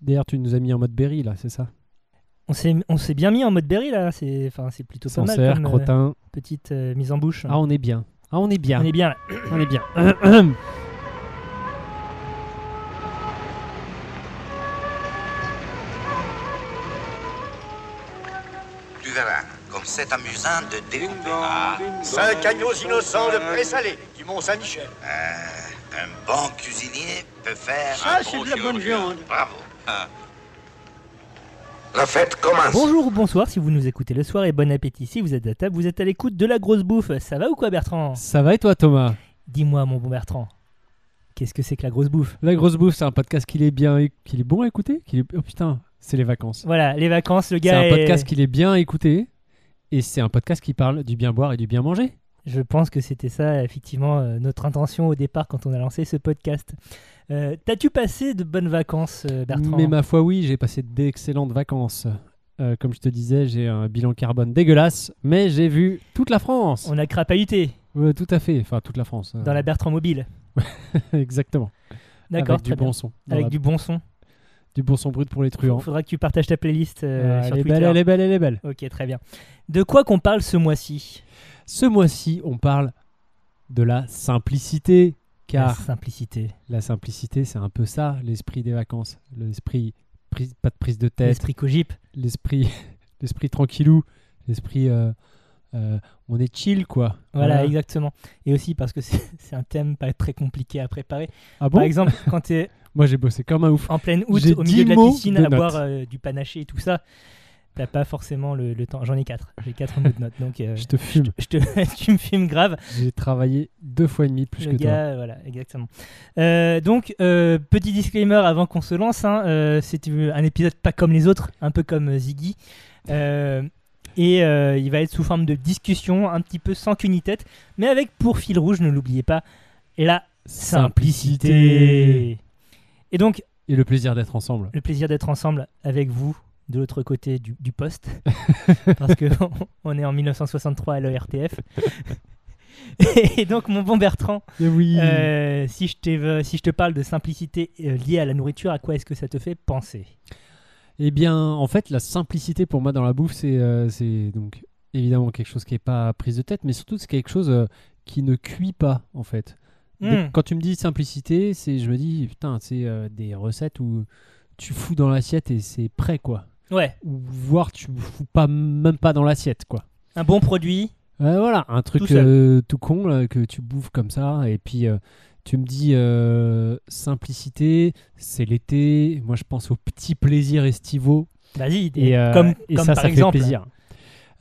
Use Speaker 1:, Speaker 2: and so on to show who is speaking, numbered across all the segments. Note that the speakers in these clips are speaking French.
Speaker 1: D'ailleurs, tu nous as mis en mode Berry, là, c'est ça
Speaker 2: On s'est on s'est bien mis en mode Berry là, c'est enfin, c'est plutôt pas mal
Speaker 1: Sancerre,
Speaker 2: comme euh,
Speaker 1: crottin.
Speaker 2: petite euh, mise en bouche.
Speaker 1: Ah, on est bien. Ah, on est bien.
Speaker 2: On est bien là.
Speaker 1: On est bien.
Speaker 3: Tu verras, comme c'est amusant de découper. Ah,
Speaker 4: Cinq agneaux innocents de présalé du Mont-Saint-Michel.
Speaker 3: euh, un bon cuisinier peut faire
Speaker 4: Ça,
Speaker 3: un
Speaker 4: Ah, c'est
Speaker 3: bon
Speaker 4: de la bonne
Speaker 3: chirurgien.
Speaker 4: viande.
Speaker 3: Bravo. Ah. La fête commence.
Speaker 2: Bonjour ou bonsoir si vous nous écoutez le soir et bon appétit si vous êtes à table, vous êtes à l'écoute de la grosse bouffe. Ça va ou quoi Bertrand
Speaker 1: Ça va et toi, Thomas
Speaker 2: Dis-moi mon bon Bertrand. Qu'est-ce que c'est que la grosse bouffe
Speaker 1: La grosse bouffe, c'est un podcast qu'il est bien, qu'il est bon à écouter. qu'il est- Oh putain, c'est les vacances.
Speaker 2: Voilà, les vacances, le
Speaker 1: C'est
Speaker 2: gars
Speaker 1: un
Speaker 2: est-
Speaker 1: podcast qu'il est bien à écouter. Et c'est un podcast qui parle du bien boire et du bien manger.
Speaker 2: Je pense que c'était ça, effectivement, euh, notre intention au départ quand on a lancé ce podcast. Euh, T'as-tu passé de bonnes vacances, euh, Bertrand
Speaker 1: Mais ma foi, oui, j'ai passé d'excellentes vacances. Euh, comme je te disais, j'ai un bilan carbone dégueulasse, mais j'ai vu toute la France.
Speaker 2: On a crapahuté
Speaker 1: Euh, tout à fait, enfin toute la France. euh,
Speaker 2: dans la Bertrand Mobile.
Speaker 1: Exactement.
Speaker 2: D'accord,
Speaker 1: Avec du
Speaker 2: très
Speaker 1: bon
Speaker 2: bien.
Speaker 1: son. Dans
Speaker 2: Avec
Speaker 1: la-
Speaker 2: du bon son.
Speaker 1: du bon son brut pour les
Speaker 2: Il
Speaker 1: truands.
Speaker 2: faudra que tu partages ta playlist euh,
Speaker 1: Euh,
Speaker 2: sur
Speaker 1: elle est
Speaker 2: Twitter.
Speaker 1: belle, elle est belle, elle est belle.
Speaker 2: Ok, très bien. De quoi qu'on parle ce mois-ci
Speaker 1: Ce mois-ci, on parle de la simplicité,
Speaker 2: La
Speaker 1: car
Speaker 2: simplicité.
Speaker 1: la simplicité, c'est un peu ça, l'esprit des vacances, l'esprit prise- pas de prise de tête,
Speaker 2: L'esprit cogip.
Speaker 1: l'esprit, l'esprit tranquillou, l'esprit, euh, euh, on est chill quoi. Hein
Speaker 2: Voilà, exactement. Et aussi parce que c'est c'est un thème pas très compliqué à préparer.
Speaker 1: Ah bon
Speaker 2: Par exemple, quand tu es
Speaker 1: Moi j'ai bossé comme un ouf.
Speaker 2: en pleine août,
Speaker 1: J'ai
Speaker 2: au milieu
Speaker 1: dix
Speaker 2: de la
Speaker 1: mots
Speaker 2: piscine,
Speaker 1: de
Speaker 2: à
Speaker 1: notes.
Speaker 2: boire euh, du panaché et tout ça, t'as pas forcément le, le temps. J'en ai quatre. J'ai quatre en bout de notes. Donc, euh,
Speaker 1: Je te fume.
Speaker 2: je te, tu me filmes grave.
Speaker 1: J'ai travaillé deux fois et demi plus
Speaker 2: le
Speaker 1: que toi.
Speaker 2: gars, voilà, exactement. Euh, donc, euh, petit disclaimer avant qu'on se lance, hein, euh, c'est un épisode pas comme les autres, un peu comme euh, Ziggy. Euh, et euh, il va être sous forme de discussion, un petit peu sans qu'une ni tête, mais avec pour fil rouge, ne l'oubliez pas, la simplicité. Et donc,
Speaker 1: Et le plaisir d'être ensemble.
Speaker 2: le plaisir d'être ensemble avec vous de l'autre côté du, du poste, parce que on- on est en 1963 à l'ORTF. Et donc, mon bon Bertrand,
Speaker 1: Et oui.
Speaker 2: euh, si, je t'éve- si je te parle de simplicité euh, liée à la nourriture, à quoi est-ce que ça te fait penser
Speaker 1: Eh bien, en fait, la simplicité pour moi dans la bouffe, c'est euh, c'est donc évidemment quelque chose qui n'est pas prise de tête, mais surtout c'est quelque chose euh, qui ne cuit pas en fait. Dès-
Speaker 2: Hmm.
Speaker 1: Quand tu me dis simplicité, c'est je me dis putain, c'est euh, des recettes où tu fous dans l'assiette et c'est prêt quoi.
Speaker 2: Ouais,
Speaker 1: Ou voire tu fous pas même pas dans l'assiette quoi.
Speaker 2: un bon produit.
Speaker 1: Euh, voilà, un truc euh,
Speaker 2: Tout
Speaker 1: tout,
Speaker 2: seul.
Speaker 1: con là, que tu bouffes comme ça. Et puis euh, tu me dis euh, simplicité, c'est l'été. Moi je pense aux petits plaisirs estivaux.
Speaker 2: Vas-y, des-
Speaker 1: Et, euh,
Speaker 2: comme,
Speaker 1: et
Speaker 2: comme
Speaker 1: ça,
Speaker 2: par
Speaker 1: ça
Speaker 2: exemple.
Speaker 1: fait plaisir.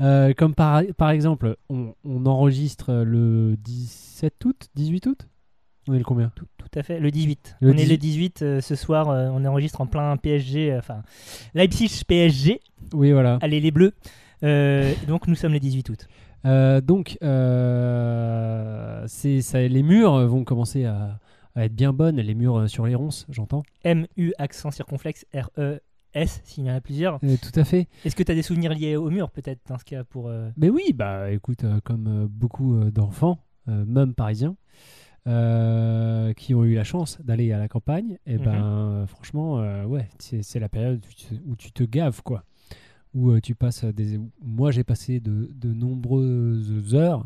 Speaker 1: Euh, comme par, par exemple, on, on enregistre euh, le 17 août, 18 août On est le combien
Speaker 2: Tout, tout à fait, le 18.
Speaker 1: Le
Speaker 2: on est le 18 euh, ce soir, euh, on enregistre en plein PSG, euh, enfin Leipzig PSG,
Speaker 1: Oui, voilà.
Speaker 2: allez les bleus. Euh, donc nous sommes le 18 août.
Speaker 1: Euh, donc, euh, c'est- ça, les murs vont commencer à, à être bien bonnes, les murs euh, sur les ronces, j'entends.
Speaker 2: M-U accent circonflexe R-E-S, s'il y en a plusieurs.
Speaker 1: Euh, tout à fait.
Speaker 2: Est-ce que tu as des souvenirs liés au mur peut-être dans ce cas pour... euh,
Speaker 1: Mais oui, bah écoute, euh, comme euh, beaucoup euh, d'enfants, euh, même parisiens, euh, qui ont eu la chance d'aller à la campagne, et
Speaker 2: Mhm.
Speaker 1: ben euh, franchement, euh, ouais, c'est c'est la période où tu, où tu te gaves, quoi. Où euh, tu passes des. Moi, j'ai passé de, de nombreuses heures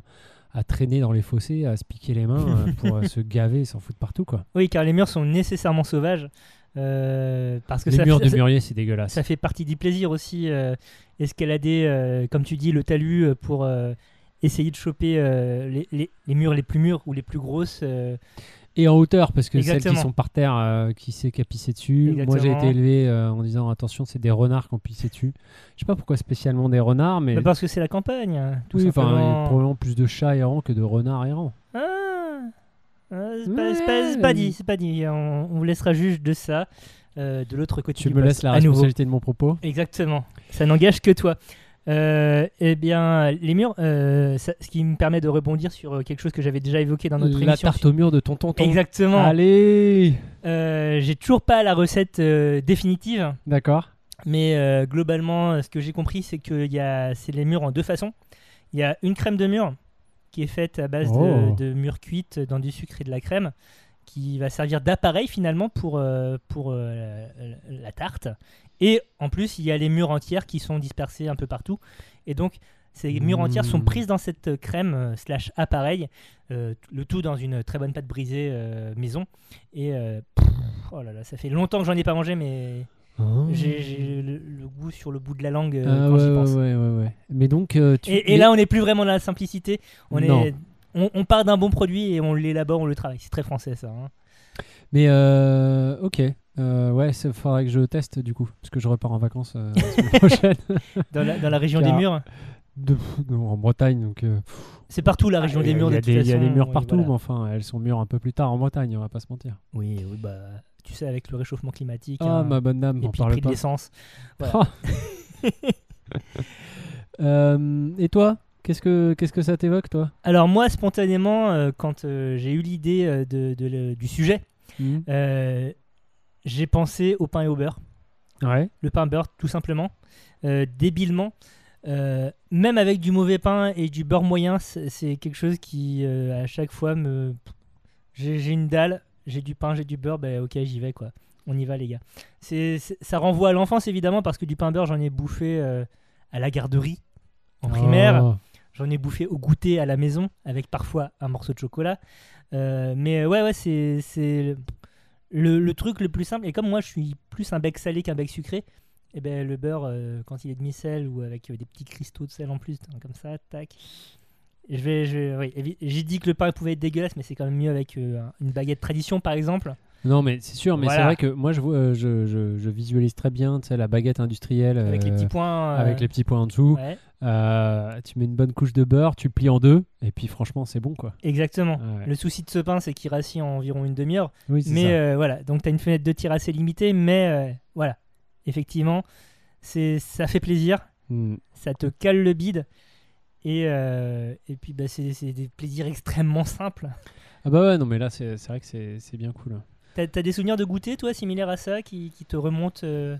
Speaker 1: à traîner dans les fossés, à se piquer les mains euh, pour euh, se gaver, s'en foutre partout, quoi.
Speaker 2: Oui, car les murs sont nécessairement sauvages. euh, parce que
Speaker 1: les
Speaker 2: ça,
Speaker 1: murs
Speaker 2: ça-
Speaker 1: du mûrier, c'est dégueulasse.
Speaker 2: ça fait partie du plaisir aussi, euh, escalader, euh, comme tu dis, le talus euh, pour euh, essayer de choper euh, les, les- les murs les plus mûrs ou les plus grosses. euh.
Speaker 1: Et en hauteur, parce que celles
Speaker 2: Exactement.
Speaker 1: qui sont par terre, euh, qui sait qui a pissé dessus. Moi, j'ai
Speaker 2: Exactement.
Speaker 1: été élevé euh, en disant attention, c'est des renards qui ont pissé dessus. Je sais pas pourquoi spécialement des renards, mais.
Speaker 2: Mais bah, parce que c'est la campagne, hein, tout
Speaker 1: oui, enfin, il y a
Speaker 2: simplement.
Speaker 1: probablement plus de chats errants que de renards errants.
Speaker 2: Ah, ah, c'est pas, c'est pas- c'est pas dit, c'est pas dit. On, on vous laissera juge de ça, euh, de l'autre côté.
Speaker 1: Tu
Speaker 2: du
Speaker 1: me
Speaker 2: poste,
Speaker 1: laisses la
Speaker 2: à nouveau.
Speaker 1: responsabilité de mon propos.
Speaker 2: Exactement. Ça n'engage que toi. Euh, eh bien, les murs, euh, ça- ce qui me permet de rebondir sur euh, quelque chose que j'avais déjà évoqué dans notre
Speaker 1: La
Speaker 2: émission.
Speaker 1: tarte au mur de ton tonton.
Speaker 2: Exactement.
Speaker 1: Allez
Speaker 2: Euh, j'ai toujours pas la recette euh, définitive,
Speaker 1: D'accord.
Speaker 2: mais euh, globalement, euh, ce que j'ai compris, c'est que il y a, c'est les murs en deux façons. Il y a une crème de mur qui est faite à base de-
Speaker 1: Oh.
Speaker 2: de, mûres cuites dans du sucre et de la crème, qui va servir d'appareil finalement pour, euh, pour euh, la, la tarte. Et en plus, il y a les murs entières qui sont dispersés un peu partout. Et donc, ces murs
Speaker 1: Mmh.
Speaker 2: entières sont prises dans cette crème euh, slash appareil, euh, t- le tout dans une très bonne pâte brisée euh, maison. Et euh, pff, oh là là, ça fait longtemps que j'en ai pas mangé, mais
Speaker 1: Oh.
Speaker 2: j'ai j'ai le, le goût sur le bout de la langue euh,
Speaker 1: Ah
Speaker 2: quand
Speaker 1: ouais,
Speaker 2: j'y pense.
Speaker 1: ouais, ouais, ouais, ouais. Mais donc, euh, tu.
Speaker 2: Et, et
Speaker 1: mais-
Speaker 2: là, on n'est plus vraiment dans la simplicité. On,
Speaker 1: Non.
Speaker 2: est, on, on part d'un bon produit et on l'élabore, on le travaille. C'est très français, ça. hein.
Speaker 1: Mais euh, ok. Euh, ouais, il faudrait que je teste du coup, parce que je repars en vacances euh, la semaine prochaine.
Speaker 2: Dans la, dans la région
Speaker 1: Car-
Speaker 2: des murs.
Speaker 1: De- pff, non, en Bretagne, donc. euh,
Speaker 2: C'est partout la région
Speaker 1: Ah, il y a-
Speaker 2: des murs.
Speaker 1: Il y
Speaker 2: de
Speaker 1: a
Speaker 2: toute
Speaker 1: des, il y a
Speaker 2: façon,
Speaker 1: des murs
Speaker 2: oui,
Speaker 1: partout,
Speaker 2: voilà. Ah,
Speaker 1: mais enfin, elles sont mûres un peu plus tard en Bretagne, on va pas se mentir.
Speaker 2: Oui, oui, bah, tu sais, avec le réchauffement climatique,
Speaker 1: Ah,
Speaker 2: hein,
Speaker 1: ma bonne dame,
Speaker 2: et
Speaker 1: on
Speaker 2: puis le
Speaker 1: parle
Speaker 2: prix de
Speaker 1: pas. Oh.
Speaker 2: l'essence.
Speaker 1: Euh, et toi Qu'est-ce que qu'est-ce que ça t'évoque, toi
Speaker 2: Alors moi, spontanément, euh, quand euh, j'ai eu l'idée euh, de, de le- du sujet,
Speaker 1: Mhm.
Speaker 2: euh, j'ai pensé au pain et au beurre.
Speaker 1: Ouais.
Speaker 2: Le pain beurre, tout simplement, euh, débilement. Euh, même avec du mauvais pain et du beurre moyen, c'est c'est quelque chose qui, euh, à chaque fois, me... J'ai j'ai une dalle, j'ai du pain, j'ai du beurre, ben ok, j'y vais, quoi. On y va, les gars. C'est- c'est- ça renvoie à l'enfance, évidemment, parce que du pain beurre, j'en ai bouffé euh, à la garderie, en primaire.
Speaker 1: Oh.
Speaker 2: J'en ai bouffé au goûter à la maison, avec parfois un morceau de chocolat. Euh, mais euh, ouais, ouais, c'est c'est le, le truc le plus simple. Et comme moi, je suis plus un bec salé qu'un bec sucré, et ben, le beurre, euh, quand il est demi-sel ou avec euh, des petits cristaux de sel en plus, hein, comme ça, tac. Et Je vais, je vais- oui, évi- J'ai dit que le pain pouvait être dégueulasse, mais c'est quand même mieux avec euh, un- une baguette tradition, par exemple.
Speaker 1: Non, mais c'est sûr, mais c'est
Speaker 2: Voilà.
Speaker 1: vrai que moi, je, vois- euh, je, je, je visualise très bien, tu sais, la baguette industrielle
Speaker 2: Avec les
Speaker 1: euh,
Speaker 2: petits points. euh,
Speaker 1: avec les petits points en dessous.
Speaker 2: ouais,
Speaker 1: Euh, tu mets une bonne couche de beurre, tu plies en deux, et puis franchement, c'est bon, quoi.
Speaker 2: exactement.
Speaker 1: Ouais.
Speaker 2: Le souci de ce pain, c'est qu'il rassit en environ une demi-heure.
Speaker 1: Oui, c'est
Speaker 2: Ah. Mais
Speaker 1: ça.
Speaker 2: euh, voilà, donc tu as une fenêtre de tir assez limitée, mais euh, voilà, effectivement, c'est ça fait plaisir,
Speaker 1: Mm.
Speaker 2: ça te cale le bide, et, euh, et puis bah, c'est c'est des plaisirs extrêmement simples.
Speaker 1: Ah bah ouais, non, mais là, c'est c'est vrai que c'est c'est bien cool.
Speaker 2: T'as as des souvenirs de goûter, toi, similaires à ça, qui, qui te remontent euh,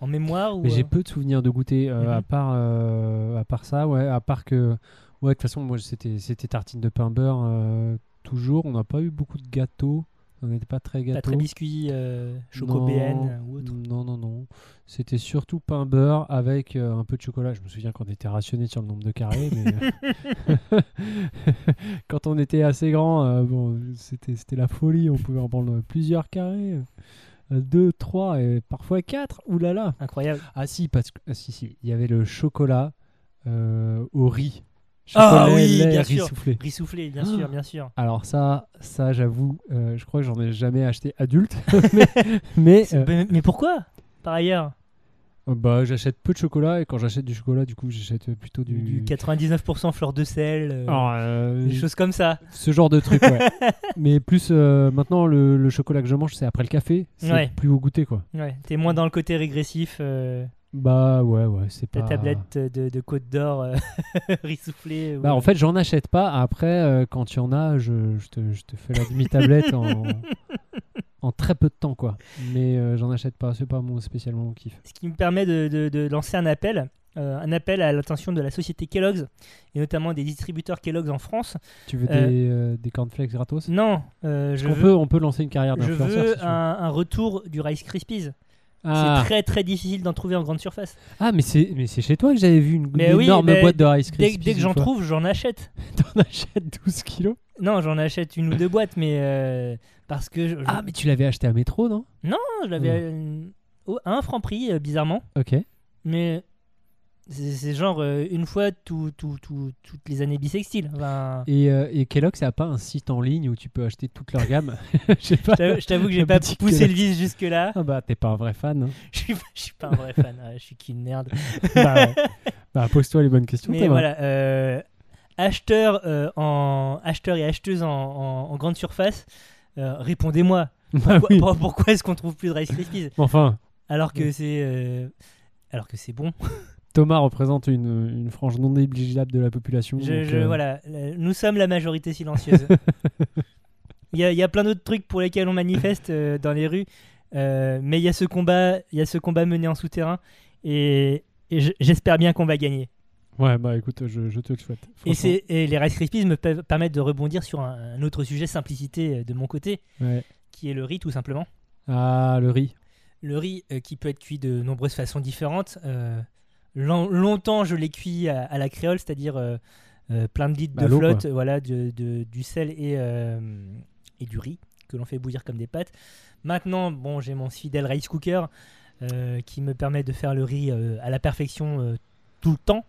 Speaker 2: en mémoire ou,
Speaker 1: Mais
Speaker 2: euh,
Speaker 1: j'ai peu de souvenirs de goûter, euh,
Speaker 2: Mhm.
Speaker 1: à, part, euh, à part ça, ouais, à part que... Ouais, de toute façon, moi, c'était c'était tartine de pain beurre, euh, toujours. On n'a pas eu beaucoup de gâteaux, on n'était pas très
Speaker 2: Pas
Speaker 1: gâteaux.
Speaker 2: très biscuit, euh, choco
Speaker 1: Non,
Speaker 2: BN ou autre.
Speaker 1: Non, non, non. C'était surtout pain beurre avec euh, un peu de chocolat. Je me souviens qu'on était rationné sur le nombre de carrés, mais euh, quand on était assez grand, euh, bon, c'était c'était la folie. On pouvait en prendre plusieurs carrés, euh, deux, trois et parfois quatre. Ouh là là.
Speaker 2: Incroyable.
Speaker 1: Ah si, parce que ah, si, si, il y avait le chocolat euh, au riz.
Speaker 2: Ah
Speaker 1: Chocolat,
Speaker 2: oui,
Speaker 1: lait,
Speaker 2: bien
Speaker 1: riz
Speaker 2: sûr.
Speaker 1: soufflé.
Speaker 2: Rissoufflé, bien
Speaker 1: Ah.
Speaker 2: sûr, bien sûr.
Speaker 1: Alors ça, ça j'avoue, euh, je crois que j'en ai jamais acheté adulte, mais, mais, euh,
Speaker 2: Mais, mais pourquoi, par ailleurs
Speaker 1: Euh, Bah, j'achète peu de chocolat et quand j'achète du chocolat, du coup, j'achète plutôt du.
Speaker 2: Du 99% fleur de sel, euh,
Speaker 1: Alors, euh,
Speaker 2: des choses comme ça.
Speaker 1: ce genre de truc, ouais. Mais plus euh, maintenant, le, le chocolat que je mange, c'est après le café, c'est
Speaker 2: Ouais.
Speaker 1: plus au goûter, quoi.
Speaker 2: Ouais, t'es moins dans le côté régressif. euh,
Speaker 1: Bah, ouais, ouais, c'est
Speaker 2: ta
Speaker 1: pas.
Speaker 2: tablette de, de Côte d'Or euh, rissoufflée. ou- euh,
Speaker 1: Bah, en fait, j'en achète pas. Après, euh, quand tu en as, je, je te, je te fais la demi-tablette en, en très peu de temps, quoi. Mais euh, j'en achète pas, c'est pas mon, spécialement mon kiff.
Speaker 2: Ce qui me permet de, de- de lancer un appel, euh, un appel à l'attention de la société Kellogg's et notamment des distributeurs Kellogg's en France.
Speaker 1: Tu veux
Speaker 2: Euh,
Speaker 1: des, euh, des cornflakes gratos
Speaker 2: Non, euh, je
Speaker 1: on
Speaker 2: veux,
Speaker 1: peut, on peut lancer une carrière
Speaker 2: je
Speaker 1: d'influenceur. si
Speaker 2: veux
Speaker 1: tu veux.
Speaker 2: un, un retour du Rice Krispies.
Speaker 1: Ah.
Speaker 2: C'est très très difficile d'en trouver en grande surface.
Speaker 1: Ah, mais c'est, mais c'est chez toi que j'avais vu une,
Speaker 2: Mais
Speaker 1: une
Speaker 2: oui,
Speaker 1: énorme
Speaker 2: mais
Speaker 1: boîte de Rice
Speaker 2: Dès,
Speaker 1: Krispies.
Speaker 2: dès que
Speaker 1: une
Speaker 2: j'en
Speaker 1: fois.
Speaker 2: trouve, j'en achète.
Speaker 1: t'en achètes 12 kilos.
Speaker 2: Non, j'en achète une ou deux boîtes, mais euh, parce que je,
Speaker 1: Ah, mais tu l'avais acheté à métro, non
Speaker 2: je l'avais euh, au- à un franc prix, euh, bizarrement.
Speaker 1: Ok.
Speaker 2: Mais c'est c'est genre euh, une fois tout, tout, tout- toutes les années bisextiles. Enfin,
Speaker 1: Et, euh, et Kellogg's ça a pas un site en ligne où tu peux acheter toute leur gamme Je sais pas.
Speaker 2: je t'avoue- je t'avoue que j'ai
Speaker 1: Le
Speaker 2: pas
Speaker 1: petit
Speaker 2: poussé
Speaker 1: Kellogg's.
Speaker 2: le vice jusque-là.
Speaker 1: Ah bah t'es pas un vrai fan. hein.
Speaker 2: Je suis, pas- je suis pas un vrai fan, ouais, je suis qu'une merde.
Speaker 1: bah, ouais. Bah, pose-toi les bonnes questions.
Speaker 2: Mais
Speaker 1: Thomas.
Speaker 2: voilà, euh, acheteur, euh, en, acheteur et acheteuse en, en- en grande surface, euh, répondez-moi.
Speaker 1: Bah
Speaker 2: Pourquoi,
Speaker 1: oui.
Speaker 2: pour- pourquoi est-ce qu'on trouve plus de Rice Krispies
Speaker 1: Enfin,
Speaker 2: alors que c'est euh, alors que c'est bon
Speaker 1: Thomas représente une, une frange non négligeable de la population.
Speaker 2: Je-
Speaker 1: donc,
Speaker 2: je-
Speaker 1: euh,
Speaker 2: Voilà, euh, nous sommes la majorité silencieuse. Il y, a- il y a plein d'autres trucs pour lesquels on manifeste euh, dans les rues, euh, mais il y a ce combat, il y a ce combat mené en souterrain, et, et je- j'espère bien qu'on va gagner.
Speaker 1: Ouais, bah écoute, je, je te le souhaite.
Speaker 2: Et,
Speaker 1: franchement.
Speaker 2: c'est- et les Rice Krispies me pe- permettent de rebondir sur un, un autre sujet, simplicité euh, de mon côté,
Speaker 1: Ouais.
Speaker 2: qui est le riz tout simplement.
Speaker 1: Ah, le riz.
Speaker 2: Le riz euh, qui peut être cuit de nombreuses façons différentes. Euh, long- longtemps, je l'ai cuit à, à la créole, c'est-à-dire euh, euh, plein de litres
Speaker 1: Bah,
Speaker 2: de
Speaker 1: l'eau, quoi.
Speaker 2: flotte, voilà, de- de- du sel et, euh, et du riz que l'on fait bouillir comme des pâtes. Maintenant, bon, j'ai mon fidèle rice cooker euh, qui me permet de faire le riz euh, à la perfection euh, tout le temps.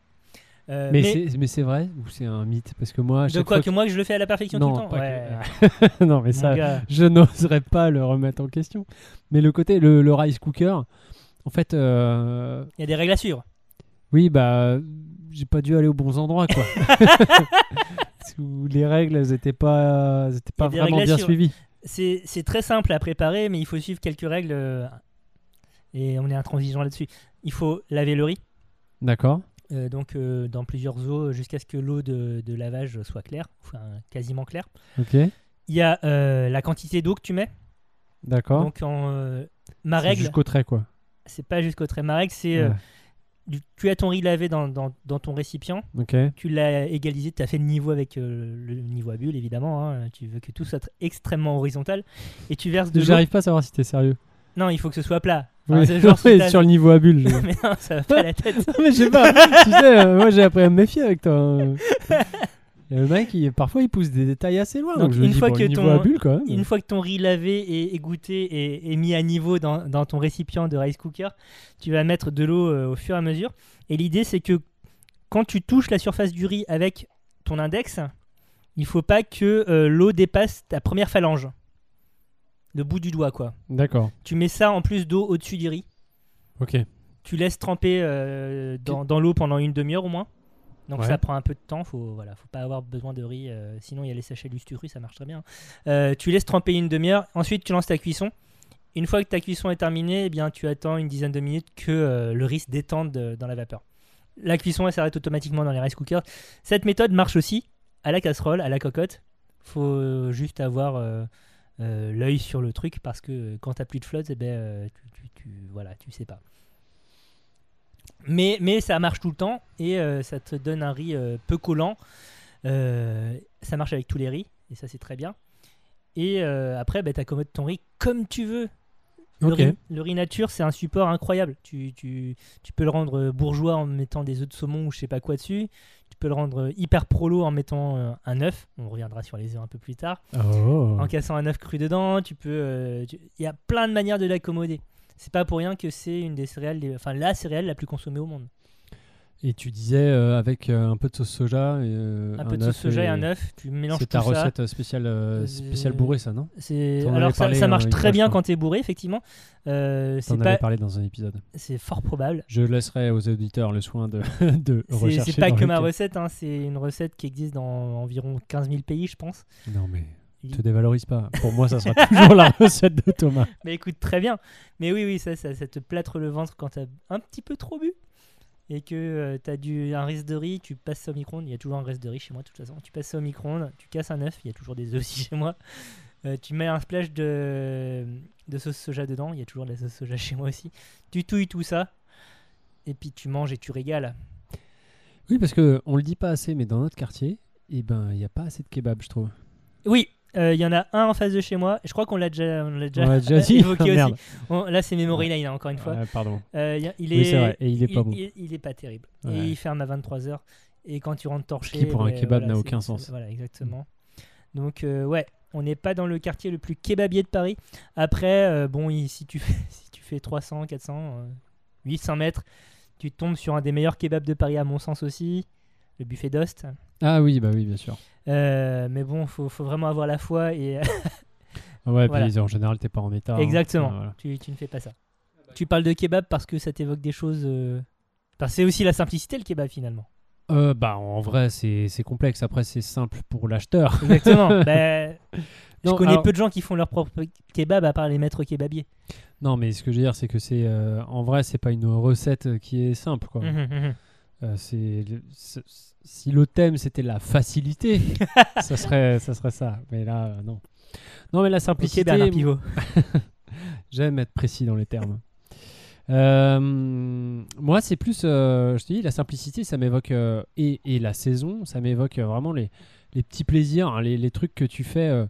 Speaker 2: Euh,
Speaker 1: mais c'est- mais c'est vrai ou c'est un mythe Parce que moi, à
Speaker 2: de
Speaker 1: chaque
Speaker 2: quoi
Speaker 1: fois
Speaker 2: que moi que je le fais à la perfection
Speaker 1: non,
Speaker 2: tout le temps.
Speaker 1: pas
Speaker 2: Ouais.
Speaker 1: que- non, mais
Speaker 2: Mon
Speaker 1: ça,
Speaker 2: gars.
Speaker 1: je n'oserais pas le remettre en question. Mais le côté, le, le rice cooker, en fait, euh,
Speaker 2: Il y a des règles à suivre.
Speaker 1: oui, bah, j'ai pas dû aller aux bons endroits, quoi. Sous les règles, elles n'étaient pas, elles étaient pas
Speaker 2: des hein.
Speaker 1: vraiment
Speaker 2: règles à
Speaker 1: bien
Speaker 2: suivre.
Speaker 1: suivies.
Speaker 2: C'est c'est très simple à préparer, mais il faut suivre quelques règles. euh, Et on est intransigeant là-dessus. Il faut laver le riz,
Speaker 1: D'accord.
Speaker 2: euh, donc euh, dans plusieurs eaux, jusqu'à ce que l'eau de, de lavage soit claire, enfin quasiment claire.
Speaker 1: Ok.
Speaker 2: Il y a euh, la quantité d'eau que tu mets.
Speaker 1: D'accord.
Speaker 2: Donc en, euh, ma
Speaker 1: C'est
Speaker 2: règle,
Speaker 1: Jusqu'au trait, quoi.
Speaker 2: c'est pas jusqu'au trait. Ma règle, c'est euh,
Speaker 1: Ouais.
Speaker 2: du- tu as ton riz lavé dans, dans- dans ton récipient,
Speaker 1: Ok.
Speaker 2: tu l'as égalisé, tu as fait le niveau avec euh, le niveau à bulle, évidemment. hein. Tu veux que tout soit tr- extrêmement horizontal. Et tu verses de l'eau
Speaker 1: J'arrive pas à savoir si t'es sérieux.
Speaker 2: Non, il faut que ce soit plat. Enfin,
Speaker 1: Oui,
Speaker 2: c'est genre si
Speaker 1: oui,
Speaker 2: t'as-
Speaker 1: sur le niveau à bulle. je-
Speaker 2: Mais non, ça va pas la tête.
Speaker 1: Non, mais je sais pas, tu sais, euh, moi j'ai appris à me méfier avec toi. hein. Il y a le mec, il, parfois il pousse des détails assez loin.
Speaker 2: Donc,
Speaker 1: Donc, je me
Speaker 2: une
Speaker 1: dis,
Speaker 2: fois
Speaker 1: bon,
Speaker 2: que
Speaker 1: niveau
Speaker 2: ton-
Speaker 1: à bulle quand même.
Speaker 2: Une fois que ton riz lavé et égoutté et, et mis à niveau dans, dans ton récipient de rice cooker, tu vas mettre de l'eau euh, au fur et à mesure. Et l'idée, c'est que quand tu touches la surface du riz avec ton index, il faut pas que euh, l'eau dépasse ta première phalange. Le bout du doigt, quoi.
Speaker 1: D'accord,
Speaker 2: Tu mets ça en plus d'eau au-dessus du riz.
Speaker 1: ok.
Speaker 2: Tu laisses tremper euh, dans, dans l'eau pendant une demi-heure au moins. Donc
Speaker 1: Ouais.
Speaker 2: ça prend un peu de temps, faut voilà, faut pas avoir besoin de riz, euh, sinon il y a les sachets Lustruru, ça marche très bien. Euh, tu laisses tremper une demi-heure, ensuite tu lances ta cuisson. Une fois que ta cuisson est terminée, eh bien tu attends une dizaine de minutes que euh, le riz se détende euh, dans la vapeur. La cuisson elle s'arrête automatiquement dans les rice cookers. Cette méthode marche aussi à la casserole, à la cocotte. Faut euh, juste avoir euh, euh, l'œil sur le truc parce que euh, quand t'as plus de flotte, eh ben, euh, tu, tu, tu- voilà, tu sais pas. Mais, mais ça marche tout le temps et euh, ça te donne un riz euh, peu collant. Euh, ça marche avec tous les riz et ça c'est très bien. Et euh, après, bah, tu accommodes ton riz comme tu veux. Le,
Speaker 1: Ok.
Speaker 2: riz, le riz nature, c'est un support incroyable. Tu, tu, tu peux le rendre euh, bourgeois en mettant des œufs de saumon ou je sais pas quoi dessus. Tu peux le rendre euh, hyper prolo en mettant euh, un œuf. On reviendra sur les œufs un peu plus tard
Speaker 1: Oh.
Speaker 2: en cassant un œuf cru dedans, tu peux. euh, tu- Il y a plein de manières de l'accommoder. C'est pas pour rien que c'est une des céréales, les- enfin la céréale la plus consommée au monde.
Speaker 1: Et tu disais euh, avec euh, un peu de sauce soja. Et, euh,
Speaker 2: Un, peu de sauce
Speaker 1: œuf
Speaker 2: soja et
Speaker 1: et-
Speaker 2: un œuf, tu mélanges tout
Speaker 1: C'est ta
Speaker 2: ça.
Speaker 1: recette spéciale, euh, spéciale
Speaker 2: Euh,
Speaker 1: bourrée, ça, non
Speaker 2: C'est-
Speaker 1: T'en
Speaker 2: Alors
Speaker 1: avais
Speaker 2: ça,
Speaker 1: parlé,
Speaker 2: ça marche
Speaker 1: euh, une
Speaker 2: très
Speaker 1: fois,
Speaker 2: bien
Speaker 1: je crois.
Speaker 2: quand t'es bourré, effectivement. Euh, c'est
Speaker 1: T'en avais
Speaker 2: pas,
Speaker 1: parlé dans un épisode.
Speaker 2: c'est fort probable.
Speaker 1: Je laisserai aux auditeurs le soin de, de
Speaker 2: C'est-
Speaker 1: rechercher.
Speaker 2: C'est pas
Speaker 1: dans
Speaker 2: que ma
Speaker 1: lequel-
Speaker 2: recette, hein, c'est une recette qui existe dans environ 15 000 pays, je pense.
Speaker 1: Non, mais
Speaker 2: Il-
Speaker 1: te dévalorise pas. Pour moi, ça sera toujours la recette de Thomas.
Speaker 2: Mais écoute, très bien. Mais oui, oui, ça, ça, ça te plâtre le ventre quand t'as un petit peu trop bu. Et que euh, t'as du, un reste de riz, tu passes ça au micro-ondes. Il y a toujours un reste de riz chez moi, de toute façon. Tu passes ça au micro-ondes, tu casses un œuf, il y a toujours des œufs aussi chez moi. Euh, tu mets un splash de, de sauce soja dedans, il y a toujours de la sauce soja chez moi aussi. Tu touilles tout ça, et puis tu manges et tu régales.
Speaker 1: Oui, parce que on le dit pas assez, mais dans notre quartier, eh ben, il n'y a pas assez de kebab, je trouve.
Speaker 2: Oui, euh, il y en a un en face de chez moi. Je crois qu'on l'a déjà, on l'a déjà,
Speaker 1: On l'a déjà dit.
Speaker 2: évoqué aussi.
Speaker 1: Merde.
Speaker 2: On- là, c'est Memory Lane, hein, encore une fois.
Speaker 1: Ouais, pardon.
Speaker 2: Euh, y a- il est,
Speaker 1: Oui, c'est vrai. Et il est pas bon.
Speaker 2: Il, il est pas terrible.
Speaker 1: Ouais.
Speaker 2: Et il ferme à 23h. Et quand tu rentres torché.
Speaker 1: Qui, pour un
Speaker 2: ben,
Speaker 1: kebab, n'a
Speaker 2: c'est-
Speaker 1: aucun
Speaker 2: c'est-
Speaker 1: sens.
Speaker 2: Voilà, exactement. Donc, euh, ouais, on n'est pas dans le quartier le plus kebabier de Paris. Après, euh, bon, il- si, tu fais, si tu fais 300, 400, euh, 800 mètres, tu tombes sur un des meilleurs kebabs de Paris, à mon sens aussi. Le buffet d'Ost.
Speaker 1: Ah oui, bah oui, bien sûr.
Speaker 2: Euh, mais bon, faut, faut vraiment avoir la foi et
Speaker 1: Ah Ouais,
Speaker 2: Voilà.
Speaker 1: puis en général, t'es pas en état. hein.
Speaker 2: Exactement.
Speaker 1: Ah, voilà.
Speaker 2: tu, tu ne fais pas ça. Tu parles de kebab parce que ça t'évoque des choses. euh, parce que c'est aussi la simplicité le kebab finalement.
Speaker 1: Euh, bah, en vrai, c'est c'est complexe. Après, c'est simple pour l'acheteur.
Speaker 2: Exactement. Ben, je
Speaker 1: Non,
Speaker 2: connais
Speaker 1: alors-
Speaker 2: peu de gens qui font leur propre kebab à part les maîtres kebabiers.
Speaker 1: Non, mais ce que je veux dire, c'est que c'est. euh, en vrai, c'est pas une recette qui est simple, quoi.
Speaker 2: Mhm, mhm.
Speaker 1: Euh, c'est le- c'est- si le thème c'était la facilité, ça serait ça serait ça. Mais là, euh, non. Non, mais la
Speaker 2: Ok
Speaker 1: simplicité.
Speaker 2: Bernard Pivot.
Speaker 1: J'aime être précis dans les termes. Euh, moi, c'est plus, euh, je te dis, la simplicité, ça m'évoque, euh, et, et la saison, ça m'évoque euh, vraiment les, les petits plaisirs, hein, les, les trucs que tu fais, euh,